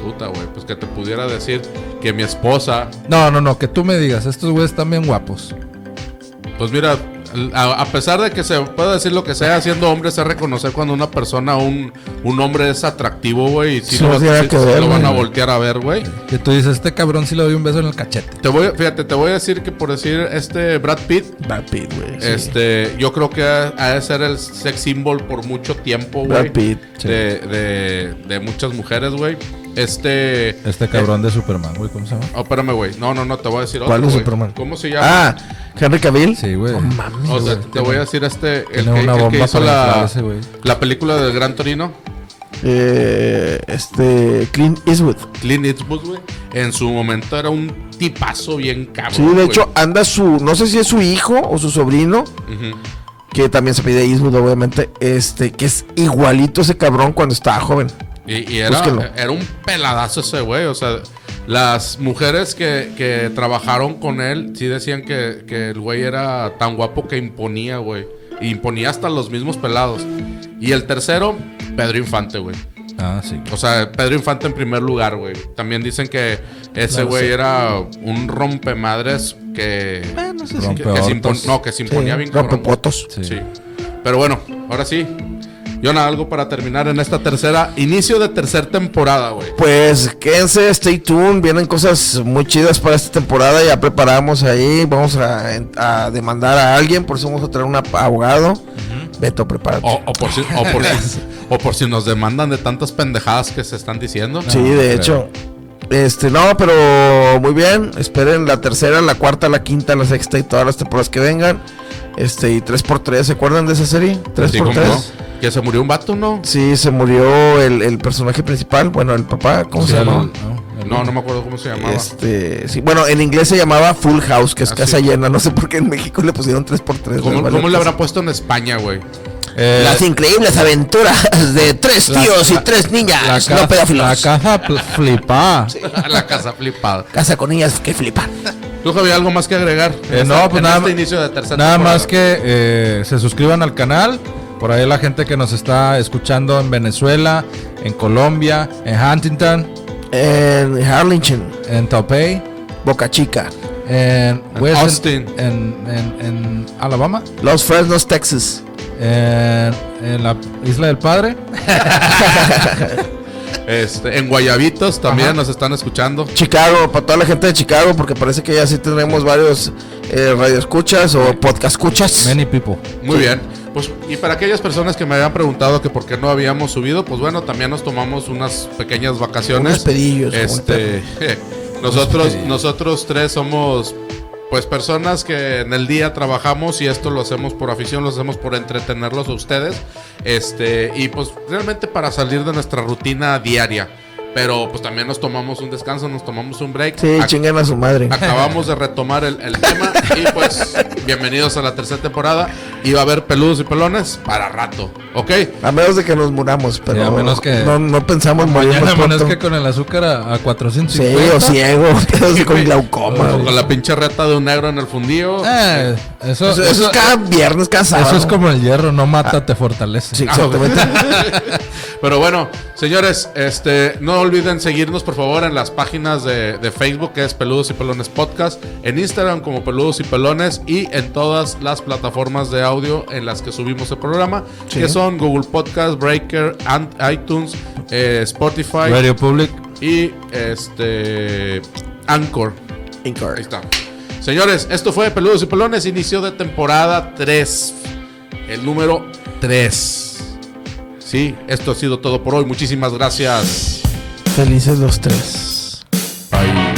Speaker 1: Puta, güey, pues que te pudiera decir que mi esposa,
Speaker 3: No, no, no, que tú me digas, estos güeyes están bien guapos.
Speaker 1: pues mira, a, a pesar de que se pueda decir lo que sea, siendo hombre, sé reconocer cuando una persona, un, un hombre es atractivo, güey, y si
Speaker 2: Sí,
Speaker 1: lo,
Speaker 2: no tiene
Speaker 1: sí-
Speaker 2: que
Speaker 1: sí
Speaker 2: ver,
Speaker 1: lo van a
Speaker 2: güey.
Speaker 1: voltear a ver, güey.
Speaker 3: Que tú dices, este cabrón sí le doy un beso en el cachete.
Speaker 1: Te voy, fíjate, te voy a decir que por decir este Brad Pitt,
Speaker 2: Brad Pitt, güey. sí.
Speaker 1: este, yo creo que ha, ha de ser el sex symbol por mucho tiempo, güey.
Speaker 2: Brad Pitt.
Speaker 1: De, de, de muchas mujeres, güey. Este.
Speaker 3: Este cabrón de Superman, güey, ¿cómo se llama?
Speaker 1: Oh, espérame, güey. No, no, no, te voy a decir
Speaker 2: ¿Cuál
Speaker 1: otro,
Speaker 2: es
Speaker 1: güey.
Speaker 2: Superman?
Speaker 1: ¿Cómo se llama?
Speaker 2: Ah, Henry Cavill.
Speaker 3: Sí, güey.
Speaker 2: No mames,
Speaker 1: O sea,
Speaker 2: güey.
Speaker 1: te voy a decir este. El
Speaker 3: Tiene
Speaker 1: que,
Speaker 3: una
Speaker 1: el que
Speaker 3: bomba
Speaker 1: hizo
Speaker 3: para inflar
Speaker 1: la,
Speaker 3: ese güey.
Speaker 1: la película del Gran Torino,
Speaker 2: Eh, este. Clint Eastwood.
Speaker 1: Clint Eastwood, güey. En su momento era un tipazo bien cabrón.
Speaker 2: Sí, de
Speaker 1: Ah, güey.
Speaker 2: hecho, anda su. No sé si es su hijo o su sobrino.
Speaker 1: Ujú.
Speaker 2: Que también se pide Eastwood, obviamente. Este, que es igualito ese cabrón cuando estaba joven.
Speaker 1: Y, y era,
Speaker 2: Búsquenlo.
Speaker 1: era un peladazo ese güey. O sea, las mujeres que, que trabajaron con él sí decían que, que el güey era tan guapo que imponía, güey. E imponía hasta los mismos pelados. Y el tercero, Pedro Infante, güey.
Speaker 3: Ah, sí.
Speaker 1: O sea, Pedro Infante en primer lugar, güey. También dicen que ese
Speaker 2: Claro,
Speaker 1: güey
Speaker 2: sí.
Speaker 1: era un rompemadres que.
Speaker 2: Eh, no sé
Speaker 1: que- que, se impon-
Speaker 3: Rompeortos.
Speaker 1: no, que se
Speaker 2: Sí,
Speaker 1: imponía bien cabrón.
Speaker 2: rompepotos.
Speaker 3: Sí.
Speaker 1: Sí. Pero bueno, ahora sí. Jonah, algo para terminar en esta tercera, inicio de tercera temporada, güey.
Speaker 2: Pues quédense, stay tuned, vienen cosas muy chidas para esta temporada, ya preparamos ahí, vamos a, a demandar a alguien, por eso vamos a traer un ap- abogado. Beto, prepárate.
Speaker 1: O, o por si, o, por
Speaker 3: (laughs)
Speaker 1: si, o por si nos demandan de tantas pendejadas que se están diciendo.
Speaker 2: sí,
Speaker 3: no
Speaker 2: de
Speaker 3: creo.
Speaker 2: hecho. Este, no, pero muy bien, esperen la tercera, la cuarta, la quinta, la sexta y todas las temporadas que vengan. Este, y 3x3, ¿se acuerdan de esa serie?
Speaker 1: Así como,
Speaker 2: 3x3.
Speaker 1: ¿no? Que se murió un vato, ¿no?
Speaker 2: Sí, se murió el, el personaje principal, bueno, el papá, ¿cómo
Speaker 1: Sí,
Speaker 2: se
Speaker 1: el-
Speaker 2: llamaba?
Speaker 3: el-
Speaker 1: No, no me acuerdo cómo se llamaba.
Speaker 2: Este, sí, bueno, en inglés se llamaba Full House, que es
Speaker 1: Ah,
Speaker 2: casa
Speaker 1: sí.
Speaker 2: llena. No sé por qué en México le pusieron 3x3.
Speaker 1: ¿Cómo,
Speaker 2: les valió
Speaker 1: cómo le
Speaker 2: tres.
Speaker 1: habrán puesto en España, güey?
Speaker 3: Eh,
Speaker 2: Las increíbles aventuras de tres
Speaker 3: la-
Speaker 2: tíos y
Speaker 3: la-
Speaker 2: tres niñas.
Speaker 3: la
Speaker 2: no
Speaker 3: caja,
Speaker 2: pedófilos.
Speaker 3: la caja pl- flipa.
Speaker 1: A la casa flipada.
Speaker 2: Casa con niñas que flipan.
Speaker 1: ¿Tú, Javier, algo más que agregar?
Speaker 3: Eh,
Speaker 1: En
Speaker 3: no,
Speaker 1: esta-
Speaker 3: pues
Speaker 1: en
Speaker 3: nada
Speaker 1: este
Speaker 3: ma-
Speaker 1: inicio de tercera
Speaker 3: Nada
Speaker 1: temporada.
Speaker 3: más que eh, se suscriban al canal. Por ahí la gente que nos está escuchando en Venezuela, en Colombia, en Huntington,
Speaker 2: En Harlingen,
Speaker 3: en Taipei,
Speaker 2: Boca Chica,
Speaker 3: en
Speaker 1: En
Speaker 3: West-
Speaker 1: Austin.
Speaker 3: en, en- en Alabama,
Speaker 2: Los Fresnos, Texas.
Speaker 3: en, en la Isla del Padre.
Speaker 1: Este, en Guayabitos también
Speaker 2: Ajá.
Speaker 1: nos están escuchando.
Speaker 2: Chicago, para toda la gente de Chicago, porque parece que ya sí tenemos varios eh, radioescuchas o podcast escuchas.
Speaker 3: Many
Speaker 1: (laughs)
Speaker 3: people.
Speaker 1: Muy bien. Pues, y para aquellas personas que me habían preguntado que por qué no habíamos subido, pues bueno, también nos tomamos unas pequeñas vacaciones.
Speaker 2: Unos pedillos, como
Speaker 1: Este, (laughs) nosotros, nosotros tres somos pues personas que en el día trabajamos y esto lo hacemos por afición, lo hacemos por entretenerlos a ustedes. Este, y pues realmente para salir de nuestra rutina diaria. Pero pues también nos tomamos un descanso, nos tomamos un break.
Speaker 2: Sí,
Speaker 1: Ac-
Speaker 2: chingan a su madre.
Speaker 1: Acabamos de retomar el, el tema y pues bienvenidos a la tercera temporada. Y va a haber peludos y pelones para rato, ¿ok?
Speaker 2: A menos de que nos muramos, pero
Speaker 3: Sí, a menos que-
Speaker 2: no, no pensamos
Speaker 3: Mañana
Speaker 2: morirnos pronto.
Speaker 3: amanezca con el azúcar a, a
Speaker 2: Sí,
Speaker 3: 450.
Speaker 2: o ciego, (laughs) pedos con
Speaker 1: O
Speaker 2: glaucoma. güey.
Speaker 1: con la pinche reta de un negro en el fundío.
Speaker 3: Ah,
Speaker 2: Eso,
Speaker 3: eso, eso,
Speaker 2: eso es cada viernes, cada sábado.
Speaker 3: eso es como Ah, el hierro, no mata, te fortalece.
Speaker 2: Sí, exactamente.
Speaker 1: Pero bueno, señores, este, no olviden seguirnos por favor en las páginas de, de Facebook, que es Peludos y Pelones Podcast, en Instagram como Peludos y Pelones y en todas las plataformas de audio en las que subimos el programa,
Speaker 2: Sí.
Speaker 1: que son Google Podcast, Breaker, Ant- iTunes, eh, Spotify
Speaker 3: Radio Public.
Speaker 1: y este Anchor. Ahí
Speaker 3: (laughs)
Speaker 2: Incorrect.
Speaker 1: está. Señores, esto fue Peludos y Pelones, inicio de temporada 3. El número 3. Sí, esto ha sido todo por hoy. Muchísimas gracias.
Speaker 2: Felices los tres.
Speaker 1: Bye.